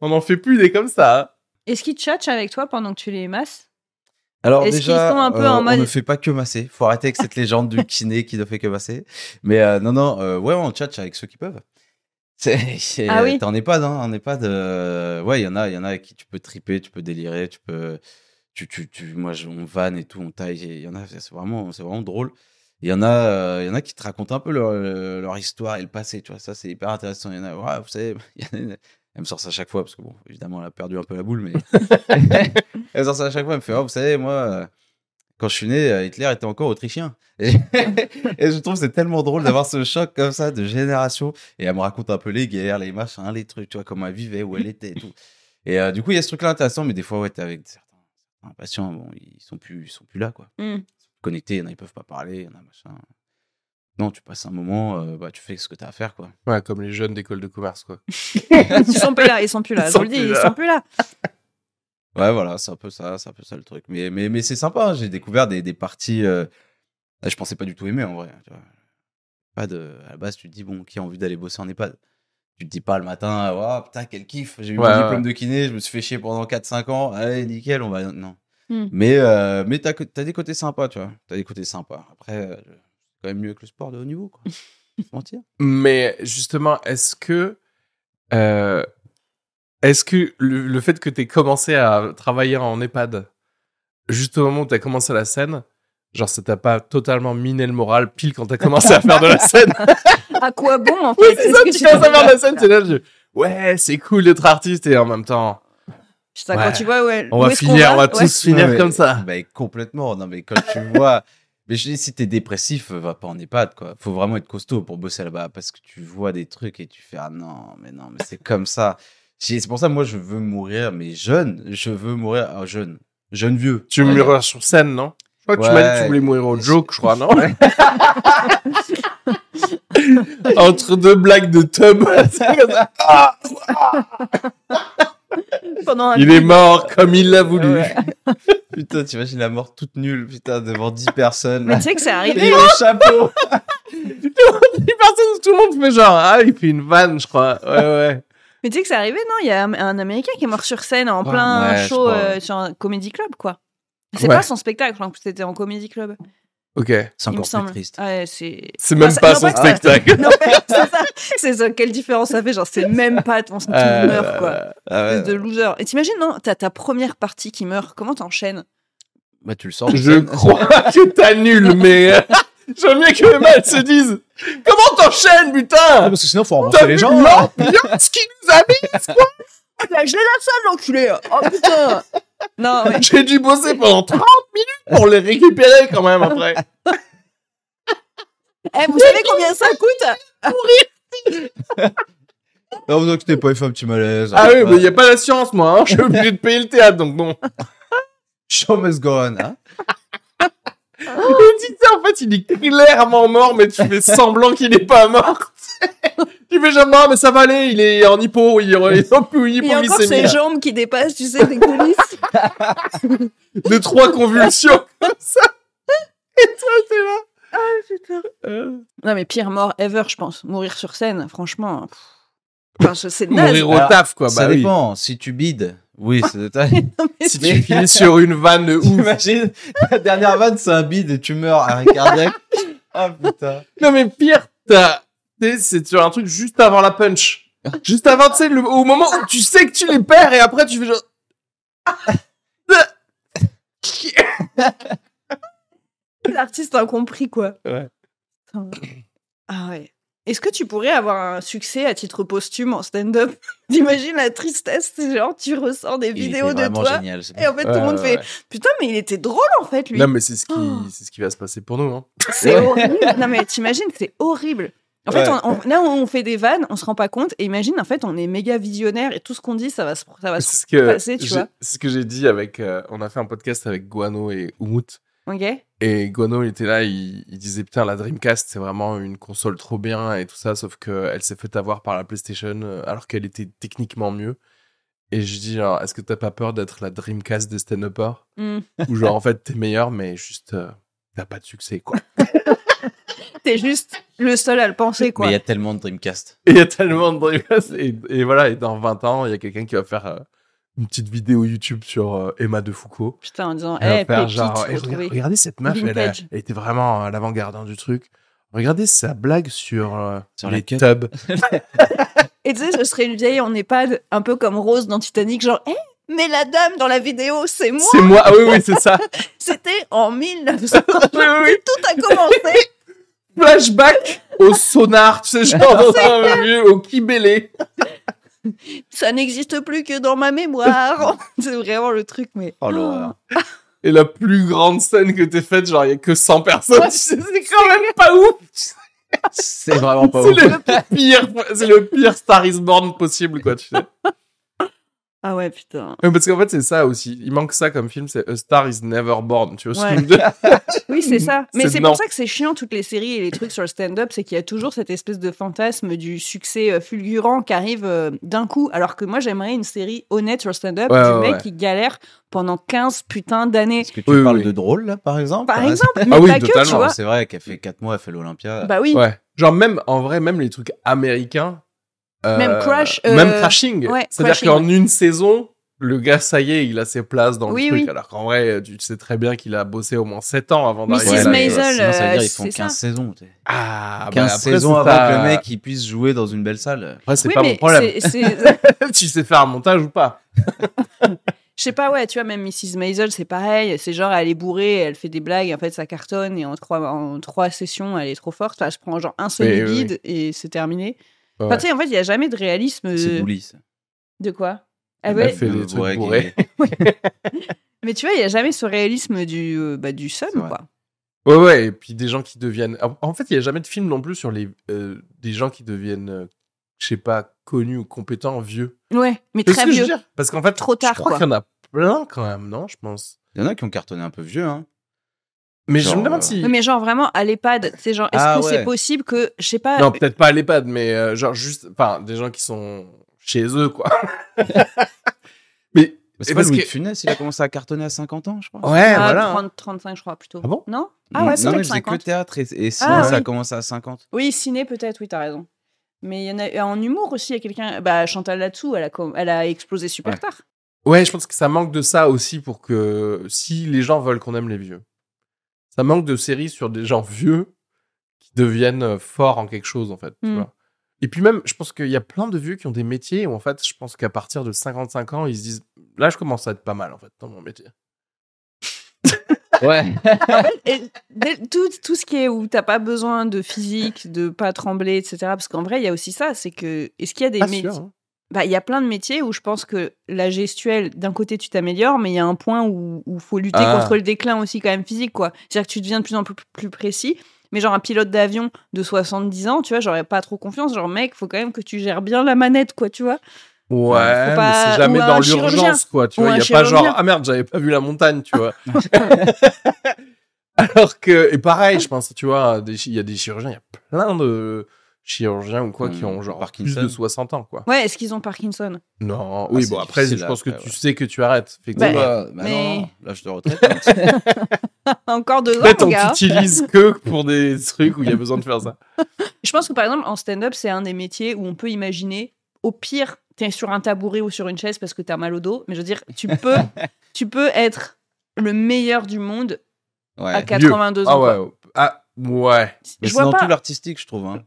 Speaker 1: On en fait plus des comme ça.
Speaker 2: Est-ce qu'ils tchatchent avec toi pendant que tu les masses
Speaker 3: Alors
Speaker 2: Est-ce
Speaker 3: déjà,
Speaker 2: qu'ils sont un peu
Speaker 3: euh,
Speaker 2: en mode-
Speaker 3: on ne fait pas que masser. Faut arrêter avec cette légende du kiné qui ne fait que masser. Mais euh, non, non, euh, ouais, on tchatche avec ceux qui peuvent. C'est, c'est-
Speaker 2: Ah oui.
Speaker 3: T'es en EHPAD, hein, en EHPAD. euh, ouais, il y en a, il y en a avec qui tu peux triper, tu peux délirer, tu peux, tu, tu, tu- moi, je- on vanne et tout, on taille. et Il y en a, c'est vraiment, c'est vraiment drôle. Il y en a, euh, il y en a qui te racontent un peu leur, leur histoire et le passé. Tu vois, ça, c'est hyper intéressant. Il y en a, ouais, vous savez, [LAUGHS] il y en a une- elle me sort ça à chaque fois parce que bon, évidemment, elle a perdu un peu la boule,
Speaker 2: [LAUGHS]
Speaker 3: mais elle me sort ça à chaque fois. Elle me fait, Ah, vous savez, moi. euh, quand je suis né, euh, Hitler était encore autrichien. Et, [LAUGHS] et je trouve que c'est tellement drôle d'avoir ce choc comme ça de génération. Et elle me raconte un peu les guerres, les machins, les trucs, tu vois, comment elle vivait, où elle était et tout. Et euh, du coup, il y a ce truc-là intéressant, mais des fois, ouais, t'es avec certains, certains patients, bon, ils sont plus, ils sont plus là, quoi.
Speaker 2: Hmm.
Speaker 3: Ils sont connectés, il y en a, ils peuvent pas parler, il y en a, machin. Non, tu passes un moment, euh, bah, tu fais ce que t'as à faire, quoi.
Speaker 1: Ouais, comme les jeunes d'école de commerce, quoi.
Speaker 2: Ils sont plus là, ils sont plus là.
Speaker 1: Ils
Speaker 2: Je vous
Speaker 1: sont
Speaker 2: le dis,
Speaker 1: plus
Speaker 2: ils
Speaker 1: là.
Speaker 2: sont plus là.
Speaker 3: Ouais, voilà, c'est un peu ça, c'est un peu ça le truc. Mais, mais, mais c'est sympa, hein, j'ai découvert des, des parties. euh, je pensais pas du tout aimer en vrai. tu vois. Pas de, à la base, tu te dis, bon, qui a envie d'aller bosser en EHPAD Tu te dis pas le matin, oh putain, quel kiff, j'ai eu
Speaker 1: Ouais,
Speaker 3: mon
Speaker 1: ouais.
Speaker 3: diplôme de kiné, je me suis fait chier pendant 4-5 ans, allez, nickel, on va. Non.
Speaker 2: Hmm.
Speaker 3: Mais, euh, mais t'as, que- t'as des côtés sympas, tu vois. T'as des côtés sympas. Après, euh, c'est quand même mieux que le sport de haut niveau, quoi. Faut se mentir.
Speaker 1: Mais justement, est-ce que. euh, est-ce que le, le fait que tu aies commencé à travailler en EHPAD, juste au moment où tu as commencé la scène, genre ça t'a pas totalement miné le moral pile quand tu as commencé à faire de la
Speaker 2: [LAUGHS]
Speaker 1: scène
Speaker 2: À quoi bon, en fait
Speaker 1: Oui, c'est
Speaker 2: Est-ce
Speaker 1: ça,
Speaker 2: que
Speaker 1: [LAUGHS] tu
Speaker 2: tu-
Speaker 1: commences à faire de la scène, c'est là, je... ouais, c'est cool d'être artiste et en même temps,
Speaker 2: Putain, quand
Speaker 1: Ouais.
Speaker 2: tu vois, ouais.
Speaker 1: on
Speaker 2: où
Speaker 1: va
Speaker 2: est-ce qu'on
Speaker 1: finir, on va
Speaker 2: ouais.
Speaker 1: tous finir
Speaker 3: Non, mais-
Speaker 1: comme ça.
Speaker 3: bah, complètement. Non, mais quand tu vois. Mais je dis, si t'es dépressif, euh, va pas en EHPAD, quoi. Faut vraiment être costaud pour bosser là-bas parce que tu vois des trucs et tu fais Ah non, mais non, mais c'est comme ça. J'ai- C'est pour ça, moi, je veux mourir, mais jeune. Je veux mourir ah, jeune. Jeune vieux.
Speaker 1: [LAUGHS] Tu
Speaker 3: Ouais.
Speaker 1: meurs sur scène, non Je crois que tu m'as dit que
Speaker 3: Ouais.
Speaker 1: tu voulais mourir au
Speaker 3: Je-
Speaker 1: joke, je crois, non [LAUGHS] Entre deux blagues de tub.
Speaker 2: Pendant un
Speaker 1: il est mort comme il l'a voulu. [LAUGHS]
Speaker 3: Ouais. Putain, t'imagines la mort toute nulle, putain, devant 10 personnes.
Speaker 2: Mais tu sais que c'est
Speaker 3: Et
Speaker 2: arrivé.
Speaker 3: le chapeau
Speaker 1: Personne, tout le monde fait genre, ah, il fait une vanne, je crois. Ouais, ouais.
Speaker 2: Mais tu sais que c'est arrivé, non Il y a un, un Américain qui est mort sur scène en
Speaker 3: Ouais,
Speaker 2: plein
Speaker 3: ouais, je
Speaker 2: show
Speaker 3: crois,
Speaker 2: euh,
Speaker 3: ouais.
Speaker 2: sur un comedy club, quoi. C'est
Speaker 1: Ouais.
Speaker 2: pas son spectacle, en plus c'était en comedy club.
Speaker 1: Ok.
Speaker 3: C'est
Speaker 2: il me
Speaker 3: encore
Speaker 2: semble.
Speaker 3: plus triste.
Speaker 2: Ouais, c'est. [LAUGHS]
Speaker 1: C'est même
Speaker 2: Ah, ça-
Speaker 1: pas
Speaker 2: non,
Speaker 1: son
Speaker 2: pas que ça-
Speaker 1: spectacle.
Speaker 2: Non, mais c'est ça. C'est ça. Quelle différence ça fait Genre, c'est même pas ton son qui
Speaker 1: Euh,
Speaker 2: meurt, quoi.
Speaker 3: Ah ouais.
Speaker 2: Espèce De loser. Et t'imagines, non T'as ta première partie qui meurt. Comment t'enchaînes
Speaker 3: Bah, tu le sens.
Speaker 1: Je crois que t'annules, mais euh, j'aime bien que le mal se dise. Comment t'enchaînes,
Speaker 3: Ah,
Speaker 1: putain
Speaker 5: parce que sinon, faut rembourser
Speaker 1: T'as vu
Speaker 5: les gens.
Speaker 1: l'ambiance qui nous a mis
Speaker 2: Ah, là, je l'ai la seule, l'enculé Oh putain [LAUGHS] Non, mais.
Speaker 1: J'ai dû bosser pendant 30 minutes pour les récupérer quand même après.
Speaker 2: Eh, vous savez combien ça coûte
Speaker 3: Non, vous inquiétez pas, il fait un petit malaise.
Speaker 1: Ah oui, mais il
Speaker 3: y
Speaker 1: n'y a pas d'assurance, moi. hein. [LAUGHS] Je suis obligé de payer le théâtre, donc bon.
Speaker 3: Show must go on, hein.
Speaker 1: Le petit, tu sais, en fait, il est clairement mort, mais tu fais semblant qu'il n'est pas mort. [LAUGHS] tu fais genre, non, mais ça va aller, il est en hypo, il est en
Speaker 2: Il y a encore ses
Speaker 1: hypoglycémie.
Speaker 2: jambes qui dépassent, tu sais, des coulisses.
Speaker 1: De [LAUGHS] trois convulsions, comme ça. Et toi, t'es là. Euh,
Speaker 2: [LAUGHS] Non, mais pire mort ever, je pense. Mourir sur scène, franchement. pff. Enfin, je- c'est naze.
Speaker 1: Mourir au
Speaker 3: Alors,
Speaker 1: taf, quoi,
Speaker 3: ça
Speaker 1: bah oui. Ah.
Speaker 3: dépend. Si tu bides, oui, c'est
Speaker 2: Mais
Speaker 1: Si
Speaker 2: c'est-
Speaker 1: tu finis sur une vanne de ouf.
Speaker 3: [LAUGHS] T'imagines, la dernière vanne, c'est un bide et tu meurs, arrêt
Speaker 1: [LAUGHS]
Speaker 3: cardiaque. Ah putain.
Speaker 1: Non, mais pire, t'as, tu sais, c'est sur un truc juste avant la punch. Juste avant, tu sais, le- au moment où tu sais que tu les perds et après tu fais genre.
Speaker 2: L'artiste incompris, quoi.
Speaker 1: Ouais.
Speaker 2: Putain. Ah ouais. Est-ce que tu pourrais avoir un succès à titre posthume en stand-up [LAUGHS] T'imagines la tristesse, c'est genre tu ressors des
Speaker 3: Il
Speaker 2: vidéos
Speaker 3: était
Speaker 2: de
Speaker 3: vraiment
Speaker 2: toi
Speaker 3: génial. ce
Speaker 2: et en fait tout le monde fait putain mais il était drôle en fait lui.
Speaker 1: Non, mais c'est ce qui,
Speaker 2: Oh.
Speaker 1: c'est ce qui va se passer pour nous, hein.
Speaker 2: C'est
Speaker 3: Ouais.
Speaker 2: horrible.
Speaker 3: [LAUGHS]
Speaker 2: Non mais t'imagines c'est horrible. En fait
Speaker 3: Ouais.
Speaker 2: on- on- là on fait des vannes, on se rend pas compte et imagine en fait on est méga visionnaire et tout ce qu'on dit ça va se ça va se
Speaker 1: C'est ce que
Speaker 2: passer, tu
Speaker 1: j'ai-
Speaker 2: vois.
Speaker 1: c'est ce que j'ai dit avec. euh, on a fait un podcast avec Guano et Umut.
Speaker 2: OK
Speaker 1: Et Guano, il était là, il, il disait Putain, la Dreamcast, c'est vraiment une console trop bien et tout ça, sauf qu'elle s'est fait avoir par la PlayStation euh, alors qu'elle était techniquement mieux. Et je dis genre, Est-ce que t'as pas peur d'être la Dreamcast des stand upers
Speaker 2: Hmm.
Speaker 1: Ou genre, en fait, t'es meilleur, mais juste, euh, t'as pas de succès, quoi.
Speaker 2: T'es juste le seul à le penser
Speaker 3: Mais
Speaker 2: quoi.
Speaker 3: il y a tellement de
Speaker 2: [LAUGHS]
Speaker 3: Dreamcast.
Speaker 1: Et [LAUGHS] il y a tellement de Dreamcast. Et, et voilà, et dans 20 ans, il y a quelqu'un qui va faire euh, une petite vidéo YouTube sur euh, Emma de Foucault.
Speaker 2: Putain en disant
Speaker 1: Elle va
Speaker 2: eh
Speaker 1: faire
Speaker 2: pépite,
Speaker 1: genre, Eh,
Speaker 2: retrouvée.
Speaker 1: regarde- regardez cette meuf, elle, a-
Speaker 2: Vintage.
Speaker 1: elle était vraiment à l'avant-garde hein, du truc. Regardez sa blague sur, euh,
Speaker 3: Sur
Speaker 1: les
Speaker 3: la queue.
Speaker 1: tubs.
Speaker 2: Et tu sais, ce serait une vieille en EHPAD, un peu comme Rose dans Titanic, genre, hé, mais la dame dans la vidéo, c'est moi,
Speaker 1: C'est moi, ah oui, oui, c'est ça.
Speaker 2: c'était en 1900.
Speaker 1: Oui,
Speaker 3: [LAUGHS]
Speaker 1: oui, oui.
Speaker 2: Tout a commencé.
Speaker 1: [LAUGHS] Flashback au sonar, tu sais, genre dans un vieux, au kibélé.
Speaker 2: Ça n'existe plus que dans ma mémoire. [LAUGHS] C'est vraiment le truc, mais.
Speaker 3: Oh l'horreur.
Speaker 1: Et la plus grande scène que t'es faite, genre, il y a que 100 personnes. Tu sais, c'est quand même pas ouf.
Speaker 3: C'est vraiment pas
Speaker 1: C'est
Speaker 3: ouf.
Speaker 1: le pire, c'est le pire Star is Born possible, quoi, tu [LAUGHS] sais.
Speaker 2: Ah ouais, putain.
Speaker 1: Mais Parce qu'en fait, c'est ça aussi. Il manque ça comme film, c'est A Star is Never Born. Tu vois ce
Speaker 2: Ouais.
Speaker 1: film de-
Speaker 2: Oui, c'est ça. Mais
Speaker 1: C'est
Speaker 2: c'est
Speaker 1: non.
Speaker 2: pour ça que c'est chiant, toutes les séries et les trucs sur le stand-up, c'est qu'il y a toujours cette espèce de fantasme du succès euh, fulgurant qui arrive euh, d'un coup. Alors que moi, j'aimerais une série honnête sur le stand-up
Speaker 1: Ouais,
Speaker 2: du
Speaker 1: ouais,
Speaker 2: mec
Speaker 1: ouais.
Speaker 2: qui galère pendant 15 putains d'années.
Speaker 3: Est-ce que tu
Speaker 1: Oui,
Speaker 3: parles
Speaker 1: oui.
Speaker 3: de drôle, là, par exemple
Speaker 2: Par
Speaker 3: Ah,
Speaker 2: exemple, mais
Speaker 1: Ah oui,
Speaker 2: pas que, tu
Speaker 1: totalement,
Speaker 3: Non,
Speaker 2: vois.
Speaker 3: C'est vrai qu'elle fait 4 mois, elle fait l'Olympia.
Speaker 2: Bah oui.
Speaker 1: Ouais. Genre même en vrai, même les trucs américains. euh,
Speaker 2: Même Crash, euh,
Speaker 1: Même Crashing.
Speaker 2: ouais,
Speaker 1: C'est-à-dire
Speaker 2: Crashing,
Speaker 1: qu'en une saison, le gars, ça y est, il a ses places dans
Speaker 2: Oui,
Speaker 1: le truc.
Speaker 2: oui.
Speaker 1: Alors qu'en vrai, tu sais très bien qu'il a bossé au moins 7 ans avant
Speaker 2: Mrs.
Speaker 1: d'arriver. là, tu
Speaker 2: Maisel,
Speaker 1: vois.
Speaker 2: Maisel,
Speaker 3: sinon, ça veut dire
Speaker 2: euh,
Speaker 3: ils font
Speaker 2: c'est ça.
Speaker 3: 15 saisons. tu sais.
Speaker 1: Ah,
Speaker 3: 15
Speaker 1: bah, après,
Speaker 3: saisons
Speaker 1: c'est
Speaker 3: avant
Speaker 1: ta-
Speaker 3: que le mec il puisse jouer dans une belle salle.
Speaker 1: Après, c'est
Speaker 2: Oui,
Speaker 1: pas
Speaker 2: mais
Speaker 1: mon problème.
Speaker 2: c'est- c'est-
Speaker 1: [LAUGHS] tu sais faire un montage ou pas
Speaker 2: Je sais pas, ouais, tu vois, même Mrs. Maisel, c'est pareil. C'est genre, elle est bourrée, elle fait des blagues, en fait, ça cartonne, et en trois, en trois sessions, elle est trop forte. Enfin, je prends genre un seul
Speaker 1: Oui, oui,
Speaker 2: guide et c'est terminé.
Speaker 1: Ouais.
Speaker 2: Enfin, tu sais, en fait, il n'y a jamais de réalisme.
Speaker 3: C'est
Speaker 2: euh,
Speaker 3: Douli, ça.
Speaker 2: De quoi Ah
Speaker 1: Elle
Speaker 2: ouais,
Speaker 1: fait des
Speaker 3: Le
Speaker 1: trucs
Speaker 3: bourré qui-
Speaker 1: bourrés.
Speaker 2: Mais tu vois, il n'y a jamais ce réalisme du, euh, bah, du seum,
Speaker 3: C'est vrai.
Speaker 2: quoi.
Speaker 1: Ouais, ouais, et puis des gens qui deviennent. En- En fait, il n'y a jamais de film non plus sur les euh, des gens qui deviennent, euh, je sais pas, connus ou compétents vieux.
Speaker 2: Ouais, mais
Speaker 1: Tu sais ce
Speaker 2: très
Speaker 1: que je veux
Speaker 2: vieux.
Speaker 1: dire Parce qu'en fait,
Speaker 2: Trop tard,
Speaker 1: je crois
Speaker 2: quoi.
Speaker 1: qu'il y en a plein quand même, non Je pense.
Speaker 3: Il y en a qui ont cartonné un peu vieux, hein.
Speaker 1: Mais je
Speaker 3: Genre,
Speaker 1: me demande
Speaker 3: euh,
Speaker 1: si.
Speaker 2: Oui, mais genre vraiment à l'EHPAD, c'est genre, est-ce
Speaker 3: Ah
Speaker 2: que
Speaker 3: ouais.
Speaker 2: c'est possible que, je sais pas,
Speaker 1: Non, peut-être pas à l'EHPAD, mais euh, genre juste. Enfin, des gens qui sont chez eux, quoi. mais.
Speaker 3: Mais
Speaker 1: Et
Speaker 3: C'est pas
Speaker 1: parce
Speaker 3: Louis
Speaker 1: que-
Speaker 3: de Funès, il a commencé à cartonner à 50 ans, je crois.
Speaker 1: Ouais,
Speaker 2: ah,
Speaker 1: voilà. hein.
Speaker 2: 30, 35 je crois plutôt.
Speaker 1: Ah bon
Speaker 2: Non Ah ouais,
Speaker 3: non, mais
Speaker 2: peut-être
Speaker 3: c'est que
Speaker 2: 50.
Speaker 3: théâtre et, et ciné,
Speaker 2: Ah,
Speaker 3: ça a
Speaker 2: oui.
Speaker 3: commencé à 50.
Speaker 1: [LAUGHS]
Speaker 2: Oui, ciné peut-être, oui, t'as raison. Mais il y en a en humour aussi, il y a quelqu'un, bah Chantal Latsou, elle a, com- elle a explosé super
Speaker 3: Ouais.
Speaker 2: tard.
Speaker 1: Ouais, je pense que ça manque de ça aussi pour que si les gens veulent qu'on aime les vieux. Ça manque de séries sur des gens vieux qui deviennent euh, forts en quelque chose, en fait. tu
Speaker 2: Mm.
Speaker 1: vois. Et puis même, je pense qu'il y a plein de vieux qui ont des métiers où, en fait, je pense qu'à partir de 55 ans, ils se disent Là, je commence à être pas mal, en fait, dans mon métier.
Speaker 3: Ouais.
Speaker 2: Et dès- tout, tout ce qui est où t'as pas besoin de physique, de pas trembler, etc. Parce qu'en vrai, il y a aussi ça, c'est que est-ce qu'il y a des
Speaker 1: Pas
Speaker 2: métiers
Speaker 1: sûr, hein.
Speaker 2: Bah, il y a plein de métiers où je pense que la gestuelle, d'un côté, tu t'améliores, mais il y a un point où il faut lutter
Speaker 1: Ah.
Speaker 2: contre le déclin aussi, quand même, physique, quoi. C'est-à-dire que tu deviens de plus en plus, plus précis. Mais genre, un pilote d'avion de 70 ans, tu vois, j'aurais pas trop confiance. Genre, mec, faut quand même que tu gères bien la manette, quoi, tu vois.
Speaker 1: Ouais,
Speaker 2: pas-
Speaker 1: mais c'est jamais
Speaker 2: ou un
Speaker 1: dans
Speaker 2: chirurgien.
Speaker 1: l'urgence, quoi. Tu
Speaker 2: Ou
Speaker 1: vois,
Speaker 2: un
Speaker 1: il n'y a pas genre,
Speaker 2: chirurgien.
Speaker 1: ah merde, j'avais pas vu la montagne, tu
Speaker 2: [LAUGHS]
Speaker 1: vois. [LAUGHS] Alors que, et pareil, je pense, tu vois, des chi- il y a des chirurgiens, il y a plein de chirurgiens ou quoi qui
Speaker 3: Hmm,
Speaker 1: ont genre plus
Speaker 3: Parkinson.
Speaker 1: de 60 ans, quoi.
Speaker 2: Ouais, est-ce qu'ils ont Parkinson [LAUGHS]
Speaker 1: Non,
Speaker 3: Ah,
Speaker 1: oui,
Speaker 3: c'est
Speaker 1: bon, après, je
Speaker 3: difficile,
Speaker 1: pense que
Speaker 3: après,
Speaker 1: tu
Speaker 3: ouais.
Speaker 1: sais que tu arrêtes.
Speaker 3: Bah,
Speaker 1: Effectivement.
Speaker 3: bah, non,
Speaker 2: mais-
Speaker 3: non, l'âge de retraite.
Speaker 2: [LAUGHS]
Speaker 3: hein.
Speaker 2: Encore deux
Speaker 1: En
Speaker 2: ans,
Speaker 1: fait,
Speaker 2: mon
Speaker 1: on
Speaker 2: gars.
Speaker 1: t'utilise que pour des trucs où il y a besoin de [LAUGHS] faire ça.
Speaker 2: Je pense que, par exemple, en stand-up, c'est un des métiers où on peut imaginer, au pire, t'es sur un tabouret ou sur une chaise parce que t'as mal au dos. Mais je veux dire,
Speaker 1: [LAUGHS]
Speaker 2: tu peux, tu peux être le meilleur du monde à
Speaker 3: ouais.
Speaker 2: 82 ans.
Speaker 1: Ah
Speaker 2: quoi.
Speaker 1: ouais. Ah, ouais.
Speaker 3: Mais
Speaker 2: je
Speaker 3: c'est
Speaker 2: vois
Speaker 3: dans
Speaker 2: pas.
Speaker 3: tout l'artistique, je trouve. hein.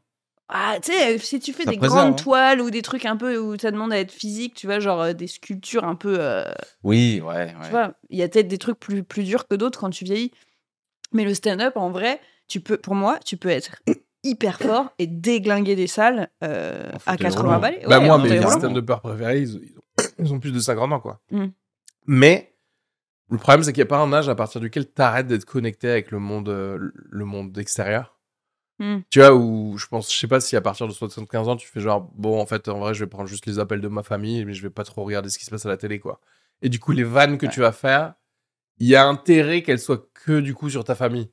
Speaker 2: Ah, tu sais, si tu fais
Speaker 3: Ça
Speaker 2: des
Speaker 3: préserve,
Speaker 2: grandes
Speaker 3: hein.
Speaker 2: toiles ou des trucs un peu où ça demande à être physique, tu vois, genre euh, des sculptures un peu. euh,
Speaker 3: Oui, ouais.
Speaker 2: Tu
Speaker 3: ouais.
Speaker 2: vois, il y a peut-être des trucs plus, plus durs que d'autres quand tu vieillis. Mais le stand-up, en vrai, tu peux, pour moi, tu peux être hyper fort et déglinguer des salles euh,
Speaker 3: En fauteuil
Speaker 2: à 80
Speaker 3: roulant.
Speaker 2: balles.
Speaker 1: bah
Speaker 2: Ouais,
Speaker 1: moi,
Speaker 2: en
Speaker 1: mes
Speaker 2: fauteuil
Speaker 3: carrément.
Speaker 2: roulant.
Speaker 1: stand-uppers préférés, ils, ils ont, ils ont plus de 50 ans, quoi.
Speaker 2: Mm.
Speaker 1: Mais le problème, c'est qu'il n'y a pas un âge à partir duquel t'arrêtes d'être connecté avec le monde, euh, le monde extérieur.
Speaker 2: Mm.
Speaker 1: Tu vois, où je pense, je sais pas si à partir de 75 ans, tu fais genre, bon, en fait, en vrai, je vais prendre juste les appels de ma famille, mais je vais pas trop regarder ce qui se passe à la télé, quoi. Et du coup, les vannes que
Speaker 3: Ouais.
Speaker 1: tu vas faire, il y a intérêt qu'elles soient que du coup sur ta famille.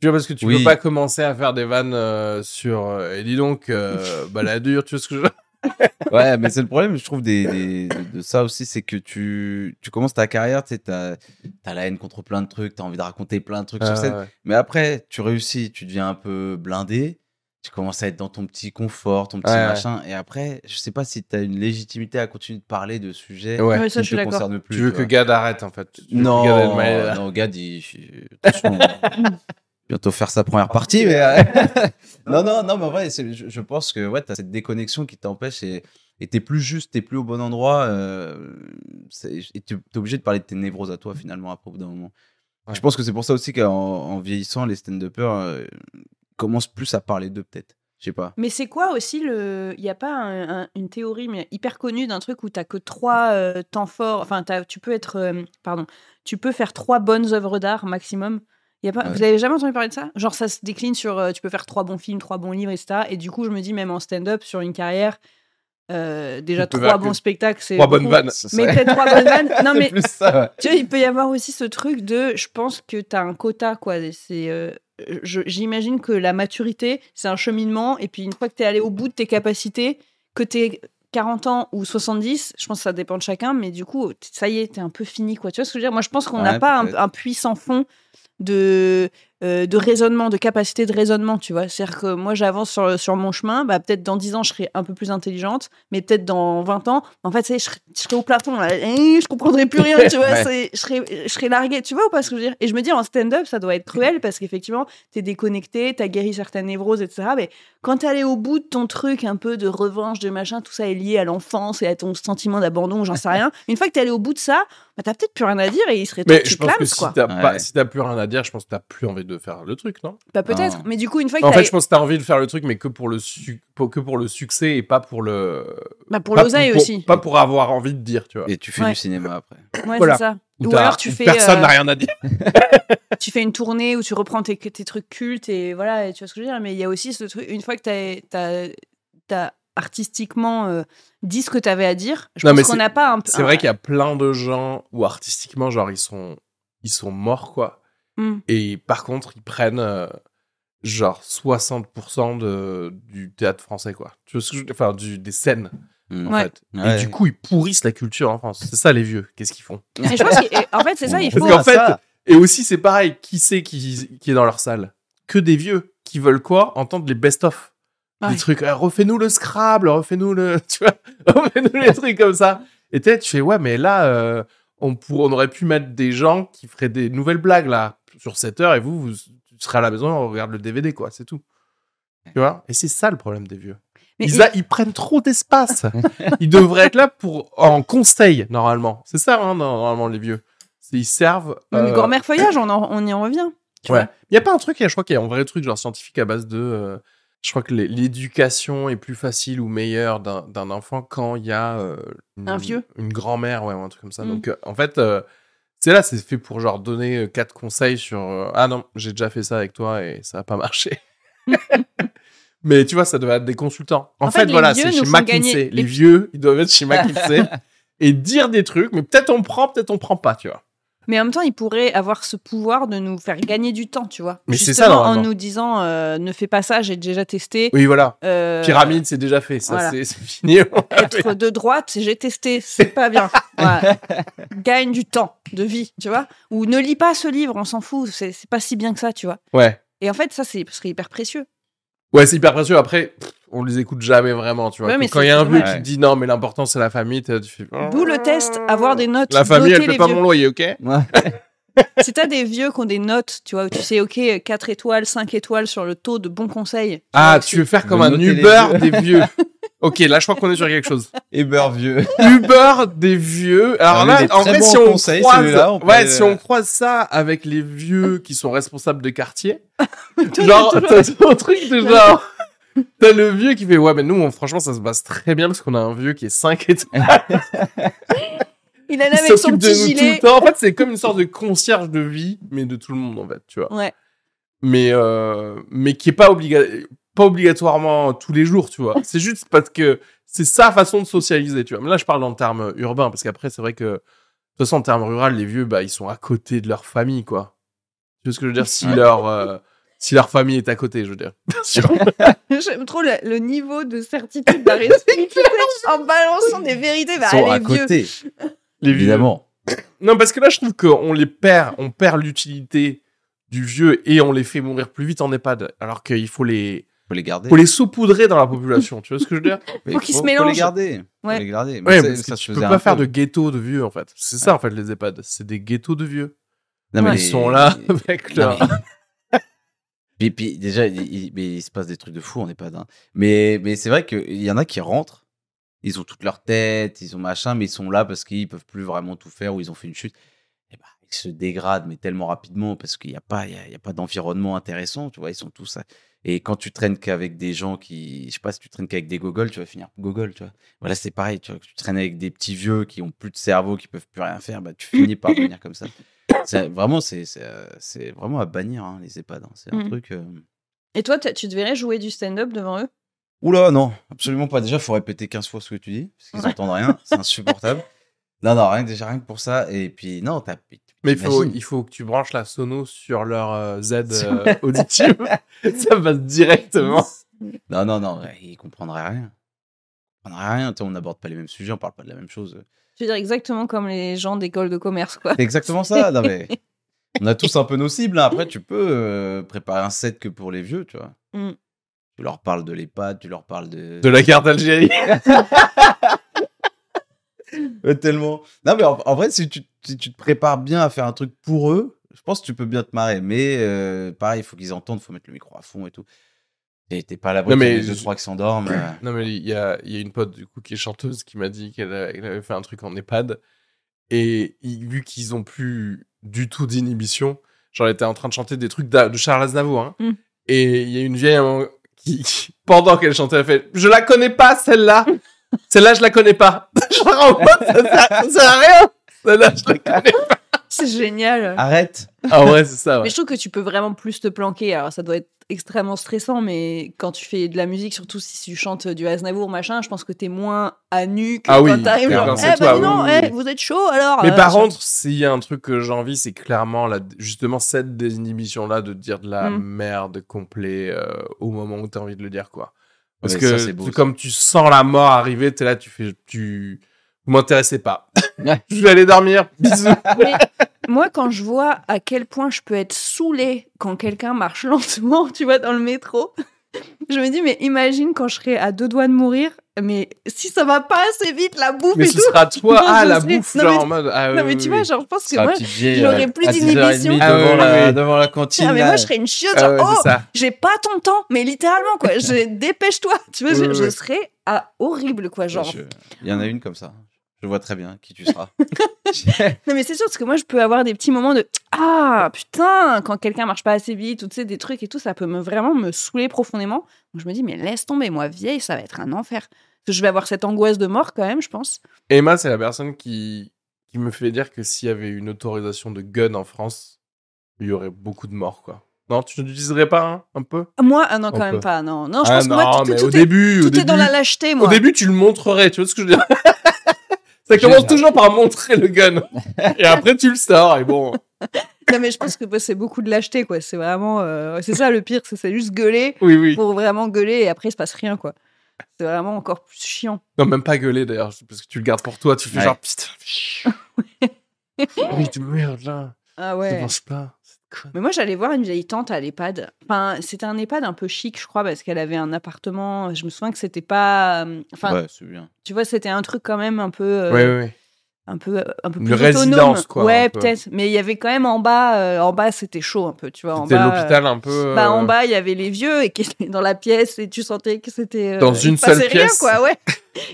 Speaker 1: Tu vois, parce que tu
Speaker 3: Oui.
Speaker 1: peux pas commencer à faire des vannes euh, sur. euh, et dis donc, euh, baladure, tu vois ce que je
Speaker 3: [LAUGHS] Ouais, mais c'est le problème, je trouve, des, des- de, de ça aussi, c'est que tu, tu commences ta carrière, tu sais, t'as t'as la haine contre plein de trucs, t'as envie de raconter plein de
Speaker 1: Ah
Speaker 3: trucs sur scène. Mais après, tu réussis, tu deviens un peu blindé, tu commences à être dans ton petit confort, ton petit
Speaker 1: Ouais, ouais.
Speaker 3: machin, et après, je sais pas si t'as une légitimité à continuer de parler de sujets
Speaker 1: Ouais.
Speaker 2: Ouais,
Speaker 3: qui
Speaker 2: ça,
Speaker 3: ne
Speaker 2: je suis
Speaker 3: te
Speaker 2: d'accord.
Speaker 3: concernent plus.
Speaker 1: Tu veux
Speaker 3: tu
Speaker 1: que
Speaker 3: vois.
Speaker 1: Gad arrête en fait. Tu veux
Speaker 3: Non,
Speaker 1: que Gad Elmaleh-
Speaker 3: non, Gad, il... attention, il va bientôt faire sa première partie, mais euh, [LAUGHS] non, non, non, mais en vrai, c'est- je, je pense que ouais, t'as cette déconnexion qui t'empêche et et t'es plus juste, t'es plus au bon endroit, euh, c'est- et tu t'es obligé de parler de tes névroses à toi finalement à propos d'un moment.
Speaker 1: Ouais.
Speaker 3: Je pense que c'est pour ça aussi qu'en en vieillissant, les stand-uppers euh, commencent plus à parler d'eux peut-être. Je sais pas.
Speaker 2: Mais c'est quoi aussi le. Il n'y a pas un- un- une théorie mais hyper connue d'un truc où tu que trois euh, temps forts. Enfin, t'as- tu peux être. euh, pardon. Tu peux faire trois bonnes œuvres d'art maximum. Y a pas,
Speaker 3: Ouais.
Speaker 2: Vous avez jamais entendu parler de ça Genre, ça se décline sur. euh, tu peux faire trois bons films, trois bons livres, etc. Et du coup, je me dis, même en stand-up, sur une carrière, euh, déjà
Speaker 1: Tu peux
Speaker 2: trois
Speaker 1: faire
Speaker 2: bons
Speaker 1: que
Speaker 2: spectacles, c'est.
Speaker 1: [LAUGHS] Trois bonnes
Speaker 2: beaucoup.
Speaker 1: vannes.
Speaker 2: Mais peut-être trois
Speaker 1: [LAUGHS]
Speaker 2: bonnes vannes. Non,
Speaker 3: C'est
Speaker 2: mais
Speaker 3: plus ça, ouais.
Speaker 2: tu vois, il peut y avoir aussi ce truc de, je pense que tu as un quota, quoi. C'est, euh, je- j'imagine que la maturité, c'est un cheminement, et puis une fois que tu es allé au bout de tes capacités, que tu 40 ans ou 70, je pense que ça dépend de chacun, mais du coup, t- ça y est, t'es un peu fini, quoi. Tu vois ce que je veux dire Moi, je pense qu'on n'a
Speaker 3: Ouais,
Speaker 2: pas un,
Speaker 3: peut-être.
Speaker 2: un puits sans fond de, euh, de raisonnement, de capacité de raisonnement, tu vois. C'est-à-dire que moi, j'avance sur, sur mon chemin, bah, peut-être dans 10 ans, je serai un peu plus intelligente, mais peut-être dans 20 ans, en fait, ça y est, je serai, je serai au plafond, là. Eh, je comprendrai plus rien, tu vois.
Speaker 3: Ouais.
Speaker 2: c'est- Je, serai, je serai larguée, tu vois, ou pas ce que je veux dire Et je me dis, en stand-up, ça doit être cruel parce qu'effectivement, t'es déconnecté, t'as guéri certaines névroses, etc. Mais quand t'es allé au bout de ton truc un peu de revanche, de machin, tout ça est lié à l'enfance et à ton sentiment d'abandon, j'en sais rien. Une fois que t'es allé au bout de ça, bah, t'as peut-être plus rien à dire et il serait temps
Speaker 1: Mais
Speaker 2: que
Speaker 1: je
Speaker 2: tu
Speaker 1: pense
Speaker 2: clames,
Speaker 1: que si
Speaker 2: quoi.
Speaker 1: t'as pas-
Speaker 3: Ouais.
Speaker 1: si t'as plus rien à dire, je pense que t'as plus envie de faire le truc, non
Speaker 2: Bah, peut-être.
Speaker 3: Ah.
Speaker 2: Mais du coup, une fois que
Speaker 1: En
Speaker 2: t'as
Speaker 1: fait, je pense que t'as envie de faire le truc, mais que pour le, suc- pour- que pour le succès et pas pour le.
Speaker 2: bah, pour
Speaker 1: pas
Speaker 2: l'oseille
Speaker 1: pour-
Speaker 2: aussi.
Speaker 1: Pas pour avoir envie de dire, tu vois.
Speaker 3: Et tu fais
Speaker 2: Ouais.
Speaker 3: du cinéma après.
Speaker 2: Ouais,
Speaker 1: bah, Voilà.
Speaker 2: c'est ça.
Speaker 1: Ou
Speaker 2: Ou
Speaker 1: t'as-
Speaker 2: alors tu
Speaker 1: ou
Speaker 2: fais,
Speaker 1: Personne
Speaker 2: euh,
Speaker 1: n'a rien à dire.
Speaker 2: tu fais une tournée où tu reprends tes, tes trucs cultes et voilà, et tu vois ce que je veux dire. Mais il y a aussi ce truc, une fois que t'as- t'as as, artistiquement euh, dit ce que t'avais à dire, je
Speaker 1: Non, mais
Speaker 2: pense qu'on
Speaker 1: c'est-
Speaker 2: [LAUGHS] n'a pas un
Speaker 1: C'est vrai qu'il y a plein de gens où artistiquement, genre, ils sont ils sont morts, quoi.
Speaker 2: Mm.
Speaker 1: Et par contre, ils prennent euh, genre 60% de, du théâtre français, quoi. Tu vois ce que je- Enfin, du, des scènes, en
Speaker 2: Ouais.
Speaker 1: fait.
Speaker 3: Ouais.
Speaker 1: Et du coup, ils pourrissent la culture en France. C'est ça, les vieux. Qu'est-ce qu'ils font
Speaker 2: Et je pense qu'il- et en fait, c'est ça, il
Speaker 1: Parce
Speaker 2: faut.
Speaker 1: qu'en fait- Et aussi, c'est pareil. Qui c'est qui, qui est dans leur salle Que des vieux qui veulent quoi Entendre les best-of.
Speaker 2: Ouais.
Speaker 1: Des trucs, eh, refais-nous le Scrabble, refais-nous le. [LAUGHS] Tu vois, refais-nous les trucs comme ça. Et t'es là, tu fais, ouais, mais là, euh, on, pour, on aurait pu mettre des gens qui feraient des nouvelles blagues, là, sur 7 heures, et vous, vous tu seras à la maison, on regarde le DVD, quoi, c'est tout. Tu vois Et c'est ça le problème des vieux.
Speaker 2: Mais
Speaker 1: ils, a- ils prennent trop d'espace. ils devraient être là pour en conseil, normalement. C'est ça, hein, normalement, les vieux. C'est- Ils servent.
Speaker 2: Même
Speaker 1: euh,
Speaker 2: grand-mère feuillage, on, en- on y en revient. tu
Speaker 1: Ouais.
Speaker 2: vois.
Speaker 1: Il y a pas un truc, je crois qu'il y a un vrai truc genre scientifique à base de. euh, je crois que l'é- l'éducation est plus facile ou meilleure d'un d'un enfant quand il y a euh, une,
Speaker 2: Un vieux.
Speaker 1: une grand-mère, ouais, ou un truc comme ça.
Speaker 2: Mm.
Speaker 1: Donc euh, en fait, euh, c'est là, c'est fait pour genre donner euh, quatre conseils sur. euh, ah non, j'ai déjà fait ça avec toi et ça a pas marché. [LAUGHS] Mais tu vois, ça devait être des consultants. En,
Speaker 2: En
Speaker 1: fait,
Speaker 2: fait, les
Speaker 1: voilà,
Speaker 2: vieux
Speaker 1: c'est
Speaker 2: nous
Speaker 1: chez
Speaker 2: font
Speaker 1: McKinsey.
Speaker 2: gagner.
Speaker 1: Les vieux, ils doivent
Speaker 2: [LAUGHS]
Speaker 1: être chez McKinsey et dire des trucs, mais peut-être on prend, peut-être on prend pas, tu vois.
Speaker 2: Mais en même temps, il pourrait avoir ce pouvoir de nous faire gagner du temps, tu vois.
Speaker 1: Mais c'est ça,
Speaker 2: Justement, en
Speaker 1: normalement.
Speaker 2: nous disant euh, ne fais pas ça, j'ai déjà testé.
Speaker 1: Oui, voilà.
Speaker 2: Euh,
Speaker 1: Pyramide, c'est déjà fait, ça,
Speaker 2: voilà.
Speaker 1: c'est c'est fini. [LAUGHS]
Speaker 2: Être de droite, j'ai testé, c'est pas bien. Voilà. Gagne du temps de vie, tu vois. Ou ne lis pas ce livre, on s'en fout, c'est c'est pas si bien que ça, tu vois.
Speaker 1: Ouais.
Speaker 2: Et en fait, ça, c'est ce serait hyper précieux.
Speaker 1: Ouais, c'est hyper précieux. Après, pff, on les écoute jamais vraiment, tu vois.
Speaker 2: Ouais, mais
Speaker 1: quand
Speaker 2: c'est-
Speaker 1: il y a un
Speaker 2: c'est
Speaker 1: vieux
Speaker 3: dommage.
Speaker 1: qui te dit non, mais l'important c'est la famille, t'as- tu fais.
Speaker 2: D'où le test, avoir des notes.
Speaker 1: La famille, elle
Speaker 2: noter
Speaker 1: paie
Speaker 2: les
Speaker 1: pas
Speaker 2: vieux.
Speaker 1: mon loyer, ok
Speaker 3: [LAUGHS]
Speaker 2: Si t'as des vieux qui ont des notes, tu vois, où tu sais, ok, 4 étoiles, 5 étoiles sur le taux de bons conseils. tu
Speaker 1: Ah,
Speaker 2: vois,
Speaker 1: tu veux faire
Speaker 3: Je
Speaker 1: comme
Speaker 3: veux
Speaker 1: un
Speaker 3: noter les
Speaker 1: Uber des
Speaker 2: [LAUGHS]
Speaker 1: vieux. ok, là, je crois qu'on est sur quelque chose.
Speaker 3: Héber vieux.
Speaker 1: Uber des vieux. Alors
Speaker 3: Ah,
Speaker 1: là,
Speaker 3: mais des
Speaker 1: en
Speaker 3: très
Speaker 1: vrai,
Speaker 3: bons
Speaker 1: si on,
Speaker 3: conseils,
Speaker 1: croise,
Speaker 3: celui-là, on peut-
Speaker 1: ouais, si on croise ça avec les vieux qui sont responsables de quartier,
Speaker 2: [LAUGHS]
Speaker 1: [LAUGHS]
Speaker 2: Tout-
Speaker 1: genre,
Speaker 2: tout-
Speaker 1: t'as un truc
Speaker 2: [LAUGHS]
Speaker 1: de genre. T'as le vieux qui fait ouais, mais nous, on- franchement, ça se passe très bien parce qu'on a un vieux qui est 5 [LAUGHS] étoiles.
Speaker 2: il en a
Speaker 1: Il
Speaker 2: avec son
Speaker 1: s'occupe de nous
Speaker 2: petit
Speaker 1: tout le
Speaker 2: gilet.
Speaker 1: temps. En fait, c'est comme une sorte de concierge de vie, mais de tout le monde, en fait, tu vois.
Speaker 2: Ouais. [LAUGHS]
Speaker 1: Mais, euh, mais qui est pas, obliga- pas obligatoirement tous les jours, tu vois. C'est juste parce que c'est sa façon de socialiser, tu vois. Mais là, je parle en termes urbains, parce qu'après, c'est vrai que, de toute façon, en termes rural, les vieux, bah, ils sont à côté de leur famille, quoi. Tu vois ce que je veux dire Si
Speaker 3: Ouais.
Speaker 1: leur... euh, si leur famille est à côté, je veux dire. [LAUGHS] Sur-
Speaker 2: J'aime trop le, le niveau de certitude
Speaker 1: [LAUGHS]
Speaker 2: d'Aristide tu sais, en balançant des vérités. Bah,
Speaker 3: Ils sont à
Speaker 2: allez, vieux.
Speaker 3: côté,
Speaker 1: les vieux.
Speaker 3: évidemment.
Speaker 1: Non, parce que là, je trouve qu'on les perd, on perd l'utilité du vieux et on les fait mourir plus vite en EHPAD, alors qu'il faut les,
Speaker 3: Faut les garder.
Speaker 1: faut les saupoudrer dans la population, tu vois ce que je
Speaker 3: [LAUGHS]
Speaker 1: veux dire
Speaker 3: Mais
Speaker 2: Faut qu'ils se
Speaker 3: Faut les
Speaker 2: mélangent.
Speaker 3: garder.
Speaker 2: Ouais.
Speaker 3: Faut les garder.
Speaker 1: Ouais,
Speaker 3: Mais ça-
Speaker 1: parce
Speaker 3: ça
Speaker 1: que
Speaker 3: se
Speaker 1: tu peux
Speaker 3: faisait
Speaker 1: pas
Speaker 3: un
Speaker 1: faire
Speaker 3: peu.
Speaker 1: de ghetto de vieux, en fait. C'est ça, en fait, les EHPAD, c'est des ghettos de vieux.
Speaker 3: [LAUGHS] Non, mais
Speaker 1: Ils
Speaker 3: les-
Speaker 1: sont là
Speaker 3: les-
Speaker 1: avec leur...
Speaker 3: Non, mais- puis, puis déjà, il, il- mais il se passe des trucs de fou, on n'est pas d'un. Mais, mais c'est vrai qu'il y en a qui rentrent, ils ont toute leur tête, ils ont machin, mais ils sont là parce qu'ils peuvent plus vraiment tout faire ou ils ont fait une chute. Et bah, ils se dégradent, mais tellement rapidement parce qu'il n'y a pas, il y a, il y a pas d'environnement intéressant, tu vois, ils sont tous ça. Et quand tu traînes qu'avec des gens qui, je sais pas, si tu traînes qu'avec des gogoles, tu vas finir gogol, tu vois. Voilà, c'est pareil, tu vois, que tu traînes avec des petits vieux qui ont plus de cerveau, qui peuvent plus rien faire, bah, tu finis par devenir comme ça. C'est- vraiment, c'est- c'est euh, c'est vraiment à bannir hein, les EHPAD. hein. C'est un
Speaker 2: Mm.
Speaker 3: truc. euh,
Speaker 2: Et toi, t'as- tu te verrais jouer du stand-up devant eux
Speaker 3: Oula, non, absolument pas. Déjà, faut répéter 15 fois ce que tu dis, parce qu'ils
Speaker 2: Ouais.
Speaker 3: entendent rien. C'est insupportable. non, non, rien, que- déjà rien que pour ça. Et puis, non, t'as.
Speaker 1: Mais il faut,
Speaker 3: t'imagines.
Speaker 1: il faut que tu branches la sono sur leur euh, Z euh,
Speaker 3: [LAUGHS]
Speaker 1: auditive. ça passe directement.
Speaker 3: Non, non, non, ouais, ils comprendraient rien. Ils comprendraient rien. Tu sais, On n'aborde pas les mêmes sujets, on parle pas de la même chose.
Speaker 2: Je veux dire exactement comme les gens d'école de commerce, quoi.
Speaker 3: C'est exactement ça. non, mais on a tous un peu nos cibles. hein. Après, tu peux euh, préparer un set que pour les vieux, tu vois.
Speaker 2: Mm.
Speaker 3: Tu leur parles de l'EHPAD, tu leur parles de.
Speaker 1: De la carte d'Algérie.
Speaker 3: Euh, tellement. Non, mais en, en vrai, si tu, si tu te prépares bien à faire un truc pour eux, je pense que tu peux bien te marrer. Mais euh, pareil, il faut qu'ils entendent, il faut mettre le micro à fond et tout. Et T'es pas à l'abri
Speaker 1: Non, mais
Speaker 3: mais les deux,
Speaker 1: je-
Speaker 3: trois qui [LAUGHS] s'endorment. euh.
Speaker 1: Non, mais il y a, il y a une pote, du coup, qui est chanteuse, qui m'a dit qu'elle a- elle avait fait un truc en EHPAD. Et il- vu qu'ils ont plus du tout d'inhibition, genre, elle était en train de chanter des trucs d'a- de Charles Aznavour. hein.
Speaker 2: Mm.
Speaker 1: Et il y a une vieille à un moment, qui, [LAUGHS] qui, pendant qu'elle chantait, elle fait Je la connais pas, celle-là [LAUGHS] Celle-là, je la connais pas. genre, en mode, ça, sert- ça sert à rien Celle-là, je la connais
Speaker 2: [LAUGHS] C'est génial.
Speaker 3: Arrête.
Speaker 1: [LAUGHS] Ah ouais, c'est ça.
Speaker 2: Mais
Speaker 1: Ouais.
Speaker 2: je trouve que tu peux vraiment plus te planquer. Alors, ça doit être extrêmement stressant, mais quand tu fais de la musique, surtout si tu chantes du Aznavour, machin, je pense que t'es moins à nu que
Speaker 1: Ah
Speaker 2: quand
Speaker 1: oui,
Speaker 2: t'arrives.
Speaker 1: clairement,
Speaker 2: genre,
Speaker 1: c'est
Speaker 2: Eh
Speaker 1: toi,
Speaker 2: bah non,
Speaker 1: oui,
Speaker 2: eh,
Speaker 1: oui.
Speaker 2: vous êtes chaud alors.
Speaker 1: Mais
Speaker 2: euh,
Speaker 1: par
Speaker 2: sur-
Speaker 1: contre, s'il y a un truc que j'envie, c'est clairement la, justement cette désinhibition-là de dire de la
Speaker 2: Mm.
Speaker 1: merde complète euh, au moment où t'as envie de le dire, quoi. Parce
Speaker 3: Ouais,
Speaker 1: que
Speaker 3: ça, c'est beau,
Speaker 1: tu-
Speaker 3: ça.
Speaker 1: comme tu sens la mort arriver, t'es là, tu fais, tu, vous m'intéressez pas. je vais aller
Speaker 2: [LAUGHS]
Speaker 1: dormir. Bisous.
Speaker 2: [LAUGHS] Mais moi, quand je vois à quel point je peux être saoulée quand quelqu'un marche [LAUGHS] lentement, tu vois, dans le métro, [LAUGHS] je me dis, mais imagine quand je serai à deux doigts de mourir, mais si ça va pas assez vite, la bouffe
Speaker 1: mais
Speaker 2: et
Speaker 1: ce
Speaker 2: tout.
Speaker 1: sera toi
Speaker 2: Non,
Speaker 1: ah
Speaker 2: je
Speaker 1: la
Speaker 2: sais.
Speaker 1: bouffe,
Speaker 2: Non,
Speaker 1: genre
Speaker 2: mais-
Speaker 1: en mode. ah,
Speaker 2: Non,
Speaker 1: oui,
Speaker 2: mais
Speaker 1: oui,
Speaker 2: tu vois,
Speaker 1: oui.
Speaker 2: genre, je pense que
Speaker 3: Ah,
Speaker 2: moi,
Speaker 3: petite vieille,
Speaker 2: j'aurais
Speaker 3: euh,
Speaker 2: plus
Speaker 3: à 10 heures et demie
Speaker 2: d'inhibition.
Speaker 1: Ah
Speaker 3: devant,
Speaker 1: oui,
Speaker 3: la,
Speaker 1: oui.
Speaker 3: devant la cantine.
Speaker 2: Ah, mais
Speaker 3: là.
Speaker 2: moi, je serais une chiotte.
Speaker 1: Ah
Speaker 2: genre,
Speaker 1: ouais,
Speaker 2: oh,
Speaker 1: c'est ça.
Speaker 2: j'ai pas ton temps, mais littéralement,
Speaker 1: [LAUGHS]
Speaker 2: quoi. Je- Dépêche-toi. Tu vois,
Speaker 1: Ouais,
Speaker 2: je, je
Speaker 1: ouais.
Speaker 2: serais à horrible, quoi. Genre.
Speaker 3: Je- euh, Il y en a une comme ça. Je vois très bien qui tu [LAUGHS] seras.
Speaker 2: Non, mais c'est sûr, parce que moi, je peux avoir des petits moments de Ah, putain, quand quelqu'un marche pas assez vite, ou tu sais, des trucs et tout, ça peut me, vraiment me saouler profondément. Donc, je me dis, mais laisse tomber, moi, vieille, ça va être un enfer. Parce que Je vais avoir cette angoisse de mort, quand même, je pense.
Speaker 1: Emma, c'est la personne qui, qui me fait dire que s'il y avait une autorisation de gun en France, il y aurait beaucoup de morts, quoi. Non, tu n'utiliserais pas hein, un peu
Speaker 2: Ah, Moi, ah non, quand
Speaker 1: On
Speaker 2: même
Speaker 1: peut.
Speaker 2: pas, non. Non, je
Speaker 1: Ah
Speaker 2: pense que moi, tout,
Speaker 1: mais
Speaker 2: tout
Speaker 1: au
Speaker 2: est,
Speaker 1: début,
Speaker 2: tout
Speaker 1: au
Speaker 2: est
Speaker 1: début,
Speaker 2: dans la lâcheté, moi.
Speaker 1: au début, tu le montrerais, tu vois ce que je
Speaker 3: [LAUGHS]
Speaker 1: veux dire Ça commence
Speaker 3: Génial.
Speaker 1: toujours par montrer le
Speaker 3: [LAUGHS]
Speaker 1: gun. Et après, tu le sors, et bon.
Speaker 2: Non, mais je pense que bah, c'est beaucoup de lâcheté, quoi. C'est vraiment. euh, c'est ça le pire, c'est- c'est juste gueuler
Speaker 1: Oui, oui.
Speaker 2: [LAUGHS] pour vraiment gueuler et après, il se passe rien, quoi. C'est vraiment encore plus chiant.
Speaker 1: Non, même pas gueuler d'ailleurs, parce que tu le gardes pour toi, tu fais
Speaker 3: Ouais.
Speaker 1: genre putain. Oui, de merde là,
Speaker 2: Ah
Speaker 1: je
Speaker 2: ouais.
Speaker 1: pense pas. cette conne.
Speaker 2: Mais moi, j'allais voir une vieille tante à l'EHPAD. Enfin, c'était un EHPAD un peu chic, je crois, parce qu'elle avait un appartement. Je me souviens que c'était pas. euh, Enfin,
Speaker 3: ouais, c'est bien.
Speaker 2: tu vois, c'était un truc quand même un peu. euh,
Speaker 1: Ouais, ouais, ouais.
Speaker 2: Un peu, euh, un peu
Speaker 1: Une
Speaker 2: plus
Speaker 1: résidence,
Speaker 2: autonome.
Speaker 1: quoi, un
Speaker 2: Ouais,
Speaker 1: peu.
Speaker 2: peut-être. Mais il y avait quand même en bas. euh, en bas, c'était chaud un peu, tu vois. En
Speaker 1: C'était
Speaker 2: bas,
Speaker 1: l'hôpital un
Speaker 2: euh,
Speaker 1: peu.
Speaker 2: bah, en
Speaker 1: euh,
Speaker 2: bas, il y avait les vieux et qui étaient dans la pièce et tu sentais que c'était. euh,
Speaker 1: Dans
Speaker 2: il
Speaker 1: une
Speaker 2: se passait
Speaker 1: seule
Speaker 2: rien,
Speaker 1: pièce.
Speaker 2: quoi,
Speaker 1: [LAUGHS]
Speaker 2: ouais.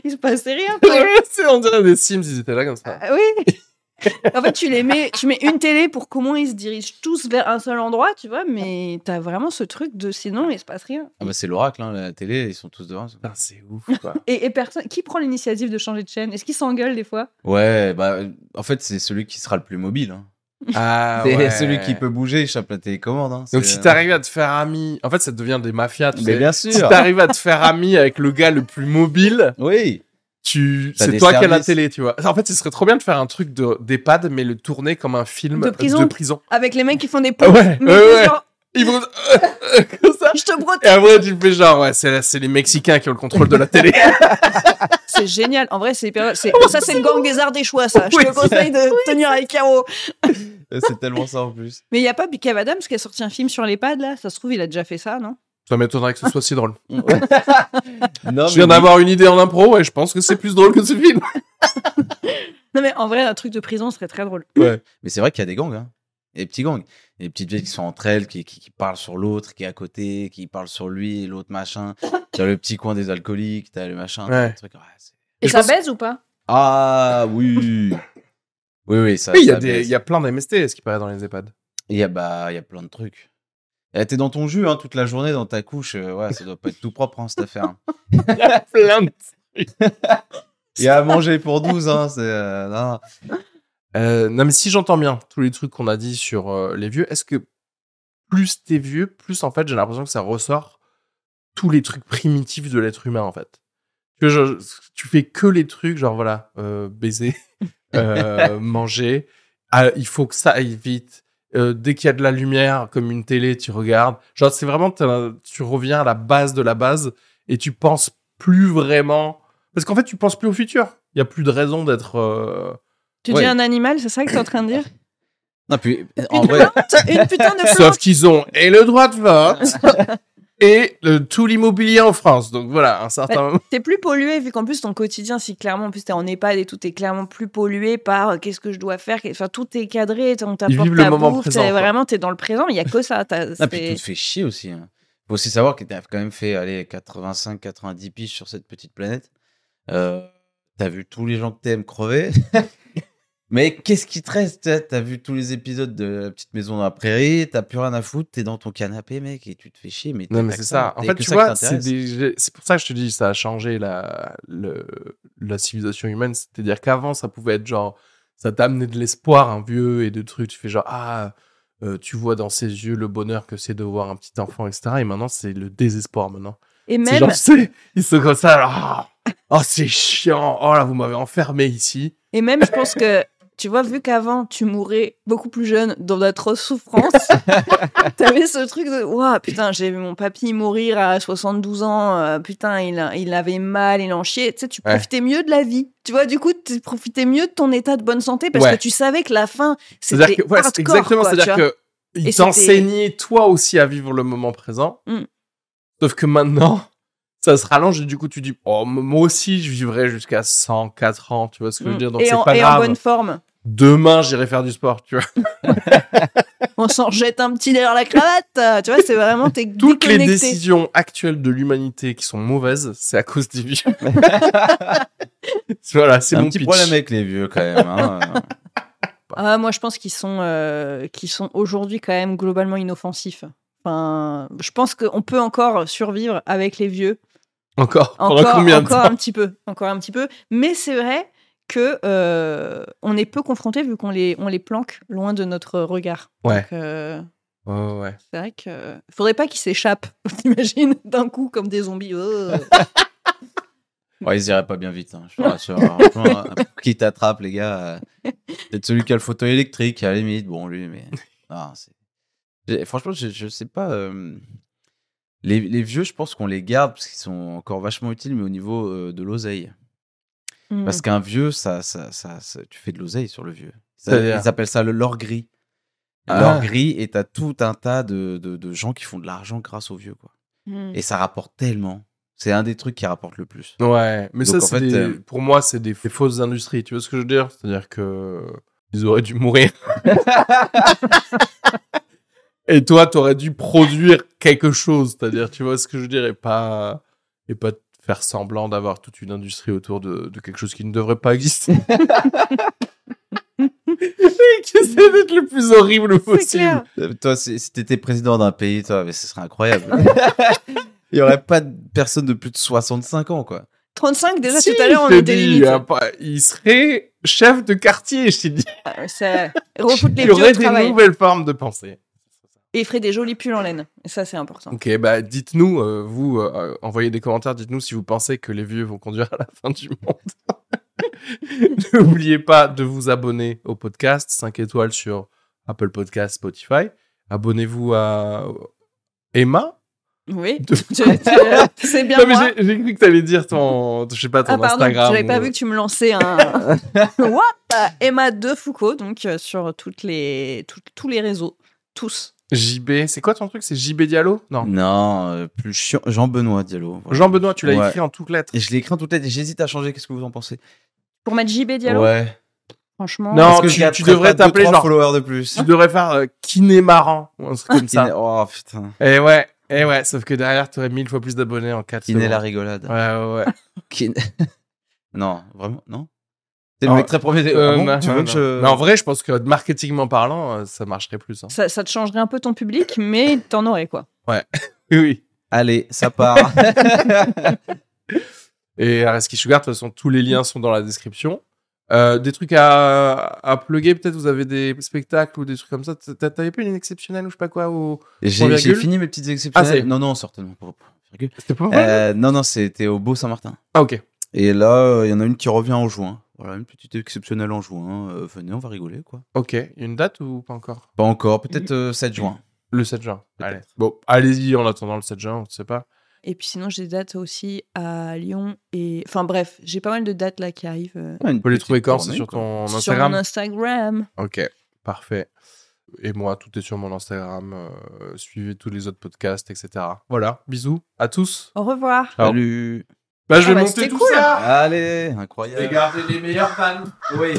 Speaker 2: Il se passait rien.
Speaker 1: [LAUGHS]
Speaker 2: quoi.
Speaker 1: Ouais, c'est- on dirait des Sims, ils étaient là comme ça.
Speaker 2: Ah oui. [LAUGHS] en fait, tu les mets, tu mets une télé pour comment ils se dirigent tous vers un seul endroit, tu vois, mais t'as vraiment ce truc de sinon il se passe rien.
Speaker 3: Ah bah c'est l'oracle, hein, la télé, ils sont tous devant.
Speaker 1: Putain, Ah, c'est ouf
Speaker 3: [LAUGHS]
Speaker 1: quoi.
Speaker 2: Et, et personne, qui prend l'initiative de changer de chaîne Est-ce qu'ils s'engueulent des fois
Speaker 3: Ouais, bah en fait c'est celui qui sera le plus mobile. hein.
Speaker 1: Ah,
Speaker 3: c'est
Speaker 1: ouais.
Speaker 3: celui qui peut bouger, il chope la télécommande. hein,
Speaker 1: Donc
Speaker 3: c'est,
Speaker 1: si
Speaker 3: euh,
Speaker 1: t'arrives à te faire ami, en fait ça devient des mafias. Tu
Speaker 3: Mais
Speaker 1: sais.
Speaker 3: bien
Speaker 1: Si
Speaker 3: sûr.
Speaker 1: t'arrives à te
Speaker 3: [LAUGHS]
Speaker 1: faire ami avec le gars le plus mobile,
Speaker 3: Oui.
Speaker 1: tu,
Speaker 3: T'as
Speaker 1: c'est
Speaker 3: des
Speaker 1: toi qui as la
Speaker 3: services.
Speaker 1: télé, tu vois. En fait, ce serait trop bien de faire un truc de d'EHPAD, mais le tourner comme un film
Speaker 2: De prison. Avec les mecs qui font des pompes
Speaker 1: Ah Ouais,
Speaker 2: mais
Speaker 1: ouais,
Speaker 2: tout
Speaker 1: ouais.
Speaker 2: genre,
Speaker 1: Ils vont [LAUGHS] comme ça.
Speaker 2: je te brode.
Speaker 1: Et après, tu fais genre, ouais, c'est c'est les Mexicains qui ont le contrôle de la
Speaker 3: [LAUGHS]
Speaker 1: télé.
Speaker 2: C'est génial. En vrai, c'est hyper. c'est- ça, c'est le gang des arts des choix, ça. Je
Speaker 1: Oui,
Speaker 2: te conseille de tenir avec Caro.
Speaker 3: euh, C'est tellement ça en [LAUGHS] plus.
Speaker 2: Mais il y a pas Bicav Adams qui a sorti un film sur l'EHPAD, là Ça se trouve, il a déjà fait ça, non
Speaker 1: ça m'étonnerait que ce soit si drôle.
Speaker 3: Non,
Speaker 1: Je viens
Speaker 3: mais-
Speaker 1: d'avoir une idée en impro, et je pense que c'est plus drôle que ce film.
Speaker 2: Non, mais en vrai, un truc de prison serait très drôle.
Speaker 3: Mais c'est vrai qu'il y a des gangs, hein. Il y a des petits gangs. Il y a des petites vieilles qui sont entre elles, qui, qui, qui parlent sur l'autre, qui est à côté, qui parlent sur lui, l'autre machin. T'as le petit coin des alcooliques, t'as le machin, t'as
Speaker 1: Ouais.
Speaker 3: le truc. ouais, c'est-
Speaker 2: Et
Speaker 1: Je
Speaker 2: ça
Speaker 1: pense-
Speaker 2: baise ou pas
Speaker 3: ah oui Oui, oui, ça.
Speaker 1: Oui, [LAUGHS] il y a
Speaker 3: ça
Speaker 1: des,
Speaker 3: baisse.
Speaker 1: il y a plein d'MST, est-ce qui paraît dans les EHPAD.
Speaker 3: Il y a, bah, il y a plein de trucs. Eh, T'es dans ton jus hein, toute la journée, dans ta couche. euh, ouais, ça doit pas être tout propre, hein, cette affaire. hein.
Speaker 1: Il y a plein de.
Speaker 3: Il y a à manger pour 12. Hein, c'est, euh, non, non.
Speaker 1: Euh, non, mais si j'entends bien tous les trucs qu'on a dit sur euh, les vieux, est-ce que plus t'es vieux, plus en fait j'ai l'impression que ça ressort tous les trucs primitifs de l'être humain en fait. Tu, vois, genre, tu fais que les trucs genre voilà, euh, baiser, euh, manger, ah, il faut que ça aille vite. Euh, dès qu'il y a de la lumière, comme une télé, tu regardes. Genre, c'est vraiment, t'as- tu reviens à la base de la base et tu penses plus vraiment. Parce qu'en fait, tu penses plus au futur. Il y a plus de raison d'être. euh,
Speaker 2: Tu
Speaker 3: Ouais.
Speaker 2: dis un animal, c'est ça que t'es en train de dire
Speaker 3: Non, puis, en
Speaker 2: Une
Speaker 3: vrai,
Speaker 2: plante Une putain de
Speaker 1: [LAUGHS]
Speaker 2: plante
Speaker 1: Sauf qu'ils ont et le droit de vote
Speaker 3: [LAUGHS]
Speaker 1: et le- tout l'immobilier en France. Donc voilà, un certain moment.
Speaker 2: T'es plus pollué vu qu'en plus ton quotidien, si clairement, en plus t'es en EHPAD et tout, t'es clairement plus pollué par euh, qu'est-ce que je dois faire, qu'est- enfin tout est cadré, on t'apporte
Speaker 1: vivent le
Speaker 2: ta
Speaker 1: moment
Speaker 2: bouffe,
Speaker 1: présent,
Speaker 2: t'es-
Speaker 1: quoi.
Speaker 2: vraiment t'es dans le présent, il y a que ça. t'as-
Speaker 1: [LAUGHS]
Speaker 3: Ah,
Speaker 2: c'est-
Speaker 3: puis tout te fait chier aussi. hein. Faut aussi savoir que t'as quand même fait allez, 85-90 piges sur cette petite planète. Euh, t'as vu tous les gens que t'aimes crever. [LAUGHS] Mais qu'est-ce qui te reste t'as- T'as vu tous les épisodes de La Petite Maison dans la Prairie, t'as plus rien à foutre, t'es dans ton canapé, mec, et tu te fais chier. Mais
Speaker 1: Non,
Speaker 3: t'as
Speaker 1: mais
Speaker 3: que
Speaker 1: c'est ça. En
Speaker 3: t'as
Speaker 1: fait,
Speaker 3: que
Speaker 1: tu
Speaker 3: ça
Speaker 1: vois,
Speaker 3: qui
Speaker 1: c'est
Speaker 3: t'intéresse.
Speaker 1: des- c'est pour ça que je te dis, ça a changé la, le- la civilisation humaine. C'est-à-dire qu'avant, ça pouvait être genre, ça t'a amené de l'espoir, un vieux, et de trucs. Tu fais genre, ah, euh, tu vois dans ses yeux le bonheur que c'est de voir un petit enfant, etc. Et maintenant, c'est le désespoir maintenant.
Speaker 2: Et
Speaker 1: C'est
Speaker 2: même,
Speaker 1: genre, [LAUGHS] c'est, ils sont comme ça, là. Ah, Oh, c'est chiant. Oh là, vous m'avez enfermé ici.
Speaker 2: et même, je pense que, tu vois, vu qu'avant, tu mourais beaucoup plus jeune dans d'atroces souffrances,
Speaker 1: [LAUGHS]
Speaker 2: t'avais ce truc de Ouah, putain, j'ai vu mon papy mourir à 72 ans, euh, putain, il, a- il avait mal, il en chiait. Tu sais, tu
Speaker 1: Ouais.
Speaker 2: profitais mieux de la vie. Tu vois, du coup, tu profitais mieux de ton état de bonne santé parce
Speaker 1: Ouais.
Speaker 2: que tu savais que la fin,
Speaker 1: C'est-à-dire
Speaker 2: c'était
Speaker 1: que, ouais, c'est
Speaker 2: hardcore,
Speaker 1: exactement,
Speaker 2: quoi, tu
Speaker 1: c'est-à-dire
Speaker 2: vois.
Speaker 1: que, ils
Speaker 2: Et c'était-
Speaker 1: t'enseignaient toi aussi à vivre le moment présent.
Speaker 2: Mm.
Speaker 1: Sauf que maintenant, [LAUGHS] ça se rallonge et du coup, tu dis, oh, m- moi aussi, je vivrai jusqu'à 104 ans. Tu vois ce que je veux dire? Donc,
Speaker 2: Mmh. et
Speaker 1: c'est
Speaker 2: en,
Speaker 1: pas
Speaker 2: et en
Speaker 1: grave.
Speaker 2: bonne forme.
Speaker 1: Demain, j'irai faire du sport, tu vois.
Speaker 2: On s'en jette un petit derrière la cravate. Tu vois, c'est vraiment, t'es
Speaker 1: Toutes les
Speaker 2: déconnecté.
Speaker 1: décisions actuelles de l'humanité qui sont mauvaises, c'est à cause
Speaker 2: [LAUGHS]
Speaker 1: des vieux. [LAUGHS] voilà, c'est
Speaker 3: un
Speaker 1: mon
Speaker 3: petit
Speaker 1: pitch.
Speaker 3: problème avec les vieux quand même. hein.
Speaker 1: [LAUGHS]
Speaker 2: Ah, moi, je pense qu'ils sont, euh, qu'ils sont aujourd'hui quand même globalement inoffensifs. Enfin, je pense qu'on peut encore survivre avec les vieux.
Speaker 1: Encore, pendant
Speaker 2: Encore,
Speaker 1: combien de
Speaker 2: encore
Speaker 1: temps
Speaker 2: un petit peu, encore un petit peu. Mais c'est vrai que euh, on est peu confrontés vu qu'on les, on les planque loin de notre regard.
Speaker 1: Ouais.
Speaker 2: Donc, euh,
Speaker 1: Oh, Ouais, ouais.
Speaker 2: c'est vrai que faudrait pas qu'ils s'échappent. [LAUGHS] T'imagines d'un coup comme des zombies.
Speaker 1: [LAUGHS]
Speaker 2: Oh.
Speaker 3: Ouais, ils iraient pas bien vite, hein, je te
Speaker 1: [LAUGHS]
Speaker 3: rassure. Franchement, hein, qui t'attrape, les gars euh, Peut-être celui qui a le fauteuil électrique, à la limite. Bon,
Speaker 1: [LAUGHS]
Speaker 3: lui, mais. Non, c'est- J'ai- Franchement, je, je sais pas. euh, Les, les vieux, je pense qu'on les garde parce qu'ils sont encore vachement utiles, mais au niveau euh, de l'oseille.
Speaker 1: Mm.
Speaker 2: Hmm.
Speaker 3: Parce qu'un vieux, ça, ça, ça, ça- tu fais de l'oseille sur le vieux. Ça-
Speaker 1: C'est-à-dire
Speaker 3: ils appellent ça le l'or gris.
Speaker 1: Ah.
Speaker 3: L'or gris, et t'as tout un tas de, de, de gens qui font de l'argent grâce aux vieux, quoi.
Speaker 1: Mm.
Speaker 2: Hmm.
Speaker 3: Et ça rapporte tellement. C'est un des trucs qui rapporte le plus.
Speaker 1: Ouais, mais
Speaker 3: Donc,
Speaker 1: ça,
Speaker 3: en
Speaker 1: c'est
Speaker 3: fait,
Speaker 1: des-
Speaker 3: euh,
Speaker 1: pour moi, c'est des, des fausses industries. Tu vois ce que je veux dire C'est-à-dire que ils auraient dû
Speaker 2: [LAUGHS]
Speaker 1: mourir. et toi, t'aurais dû produire quelque chose. C'est-à-dire, tu vois ce que je veux dire Et pas, et pas te faire semblant d'avoir toute une industrie autour de, de quelque chose qui ne devrait pas
Speaker 2: [LAUGHS]
Speaker 1: exister. Et qui essaie d'être le plus horrible possible.
Speaker 2: C'est clair.
Speaker 3: Euh, Toi, si, si t'étais président d'un pays, toi, mais ce serait incroyable. [LAUGHS] Il y aurait pas de personne de plus de 65 ans, quoi.
Speaker 2: 35 déjà
Speaker 1: Si,
Speaker 2: tout à l'heure on
Speaker 1: je t'ai
Speaker 2: était
Speaker 1: dit,
Speaker 2: limite.
Speaker 1: euh, pas- Il serait chef de quartier, je t'ai dit.
Speaker 2: Ah, ça
Speaker 1: [LAUGHS]
Speaker 2: refoute
Speaker 1: Il y
Speaker 2: les vieux au
Speaker 1: aurait des
Speaker 2: travail.
Speaker 1: nouvelles formes de pensée.
Speaker 2: Et il ferait des jolis pulls en laine. Et ça, c'est important.
Speaker 1: Ok, bah dites-nous, euh, vous, euh, euh, envoyez des commentaires, dites-nous si vous pensez que les vieux vont conduire [LAUGHS] à la fin du monde. [LAUGHS] N'oubliez pas de vous abonner au podcast, 5 étoiles sur Apple Podcast, Spotify. Abonnez-vous à euh, Emma.
Speaker 2: Oui.
Speaker 1: De-
Speaker 2: [LAUGHS] Tu- tu- c'est bien
Speaker 1: Non, mais
Speaker 2: moi.
Speaker 1: j'ai- j'ai cru que t'allais dire ton, je sais pas, ton
Speaker 2: Ah pardon,
Speaker 1: Instagram.
Speaker 2: j'avais pas
Speaker 1: ou-
Speaker 2: vu que tu me lançais un
Speaker 1: [LAUGHS]
Speaker 2: Wouah Emma de Foucault donc euh, sur toutes les tout- tous les réseaux, tous.
Speaker 1: JB, euh, c'est quoi ton truc C'est JB Diallo Non.
Speaker 3: Non, euh, plus chiant. Jean-Benoît Diallo. voilà.
Speaker 1: Jean-Benoît, tu l'as
Speaker 3: Ouais.
Speaker 1: écrit en toutes lettres.
Speaker 3: Et je l'ai écrit en toute tête et j'hésite à changer. Qu'est-ce que vous en pensez
Speaker 2: Pour mettre JB Diallo,
Speaker 3: Ouais.
Speaker 2: franchement.
Speaker 1: Non,
Speaker 3: Est-ce que
Speaker 1: tu-
Speaker 3: je
Speaker 1: tu
Speaker 3: gâterais
Speaker 1: devrais
Speaker 3: pas deux,
Speaker 1: t'appeler
Speaker 3: trois
Speaker 1: genre-
Speaker 3: followers de plus.
Speaker 2: Hein
Speaker 1: Tu devrais faire euh, kiné marrant ou un truc [LAUGHS] comme ça.
Speaker 3: Oh putain.
Speaker 1: Et ouais, et ouais, sauf que derrière, t'aurais mille fois plus d'abonnés en 4
Speaker 3: Kiné
Speaker 1: secondes.
Speaker 3: la rigolade.
Speaker 1: Ouais, ouais, ouais.
Speaker 3: Kiné- non, vraiment, non C'est le
Speaker 1: Ah,
Speaker 3: mec très premier.
Speaker 1: Euh,
Speaker 3: Ah bon
Speaker 1: non,
Speaker 3: tu veux
Speaker 1: non,
Speaker 3: que je-
Speaker 1: non. Mais en vrai, je pense que marketingment parlant, euh, ça marcherait plus. hein.
Speaker 2: Ça, ça te changerait un peu ton public, mais t'en aurais quoi.
Speaker 1: Oui, oui.
Speaker 3: Allez,
Speaker 1: [LAUGHS]
Speaker 3: ça part.
Speaker 1: Et Areski Sugar, de toute façon, tous les liens sont dans la description. Euh, des trucs à, à plugger, peut-être vous avez des spectacles ou des trucs comme ça. T'a- T'avais pas une exceptionnelle ou je sais pas quoi ou...
Speaker 3: J'ai j'ai
Speaker 1: virgule.
Speaker 3: fini mes petites
Speaker 1: Ah, c'est-
Speaker 3: exceptions. non, non, certainement pas. Virgule.
Speaker 1: C'était pas vrai
Speaker 3: Euh, non, non, c'était au Beau-Saint-Martin.
Speaker 1: Ah, ok.
Speaker 3: Et là, euh, il y en a une qui revient en juin. Voilà, une petite exceptionnelle en juin. Euh, venez, on va rigoler, quoi.
Speaker 1: Ok. Une date ou pas encore
Speaker 3: Pas encore, peut-être euh, 7 juin.
Speaker 1: Le 7 juin.
Speaker 3: Peut-être.
Speaker 1: Allez. Bon, allez-y en attendant le 7 juin, on sait pas.
Speaker 2: Et puis sinon, j'ai des dates aussi à Lyon et enfin bref, j'ai pas mal de dates là qui arrivent euh,
Speaker 1: On peut les trouver quand C'est sur ton
Speaker 2: sur mon
Speaker 1: Instagram
Speaker 2: Instagram.
Speaker 1: Ok, parfait. Et moi, tout est sur mon Instagram. euh, suivez tous les autres podcasts, etc. Voilà, bisous à tous.
Speaker 2: Au revoir.
Speaker 1: Alors.
Speaker 3: Salut.
Speaker 1: Bah, je
Speaker 2: Ah
Speaker 1: vais
Speaker 2: bah,
Speaker 1: monter
Speaker 2: c'était
Speaker 1: tout
Speaker 2: cool.
Speaker 1: ça.
Speaker 3: Allez, incroyable.
Speaker 1: gardez les meilleurs fans.
Speaker 3: Oui.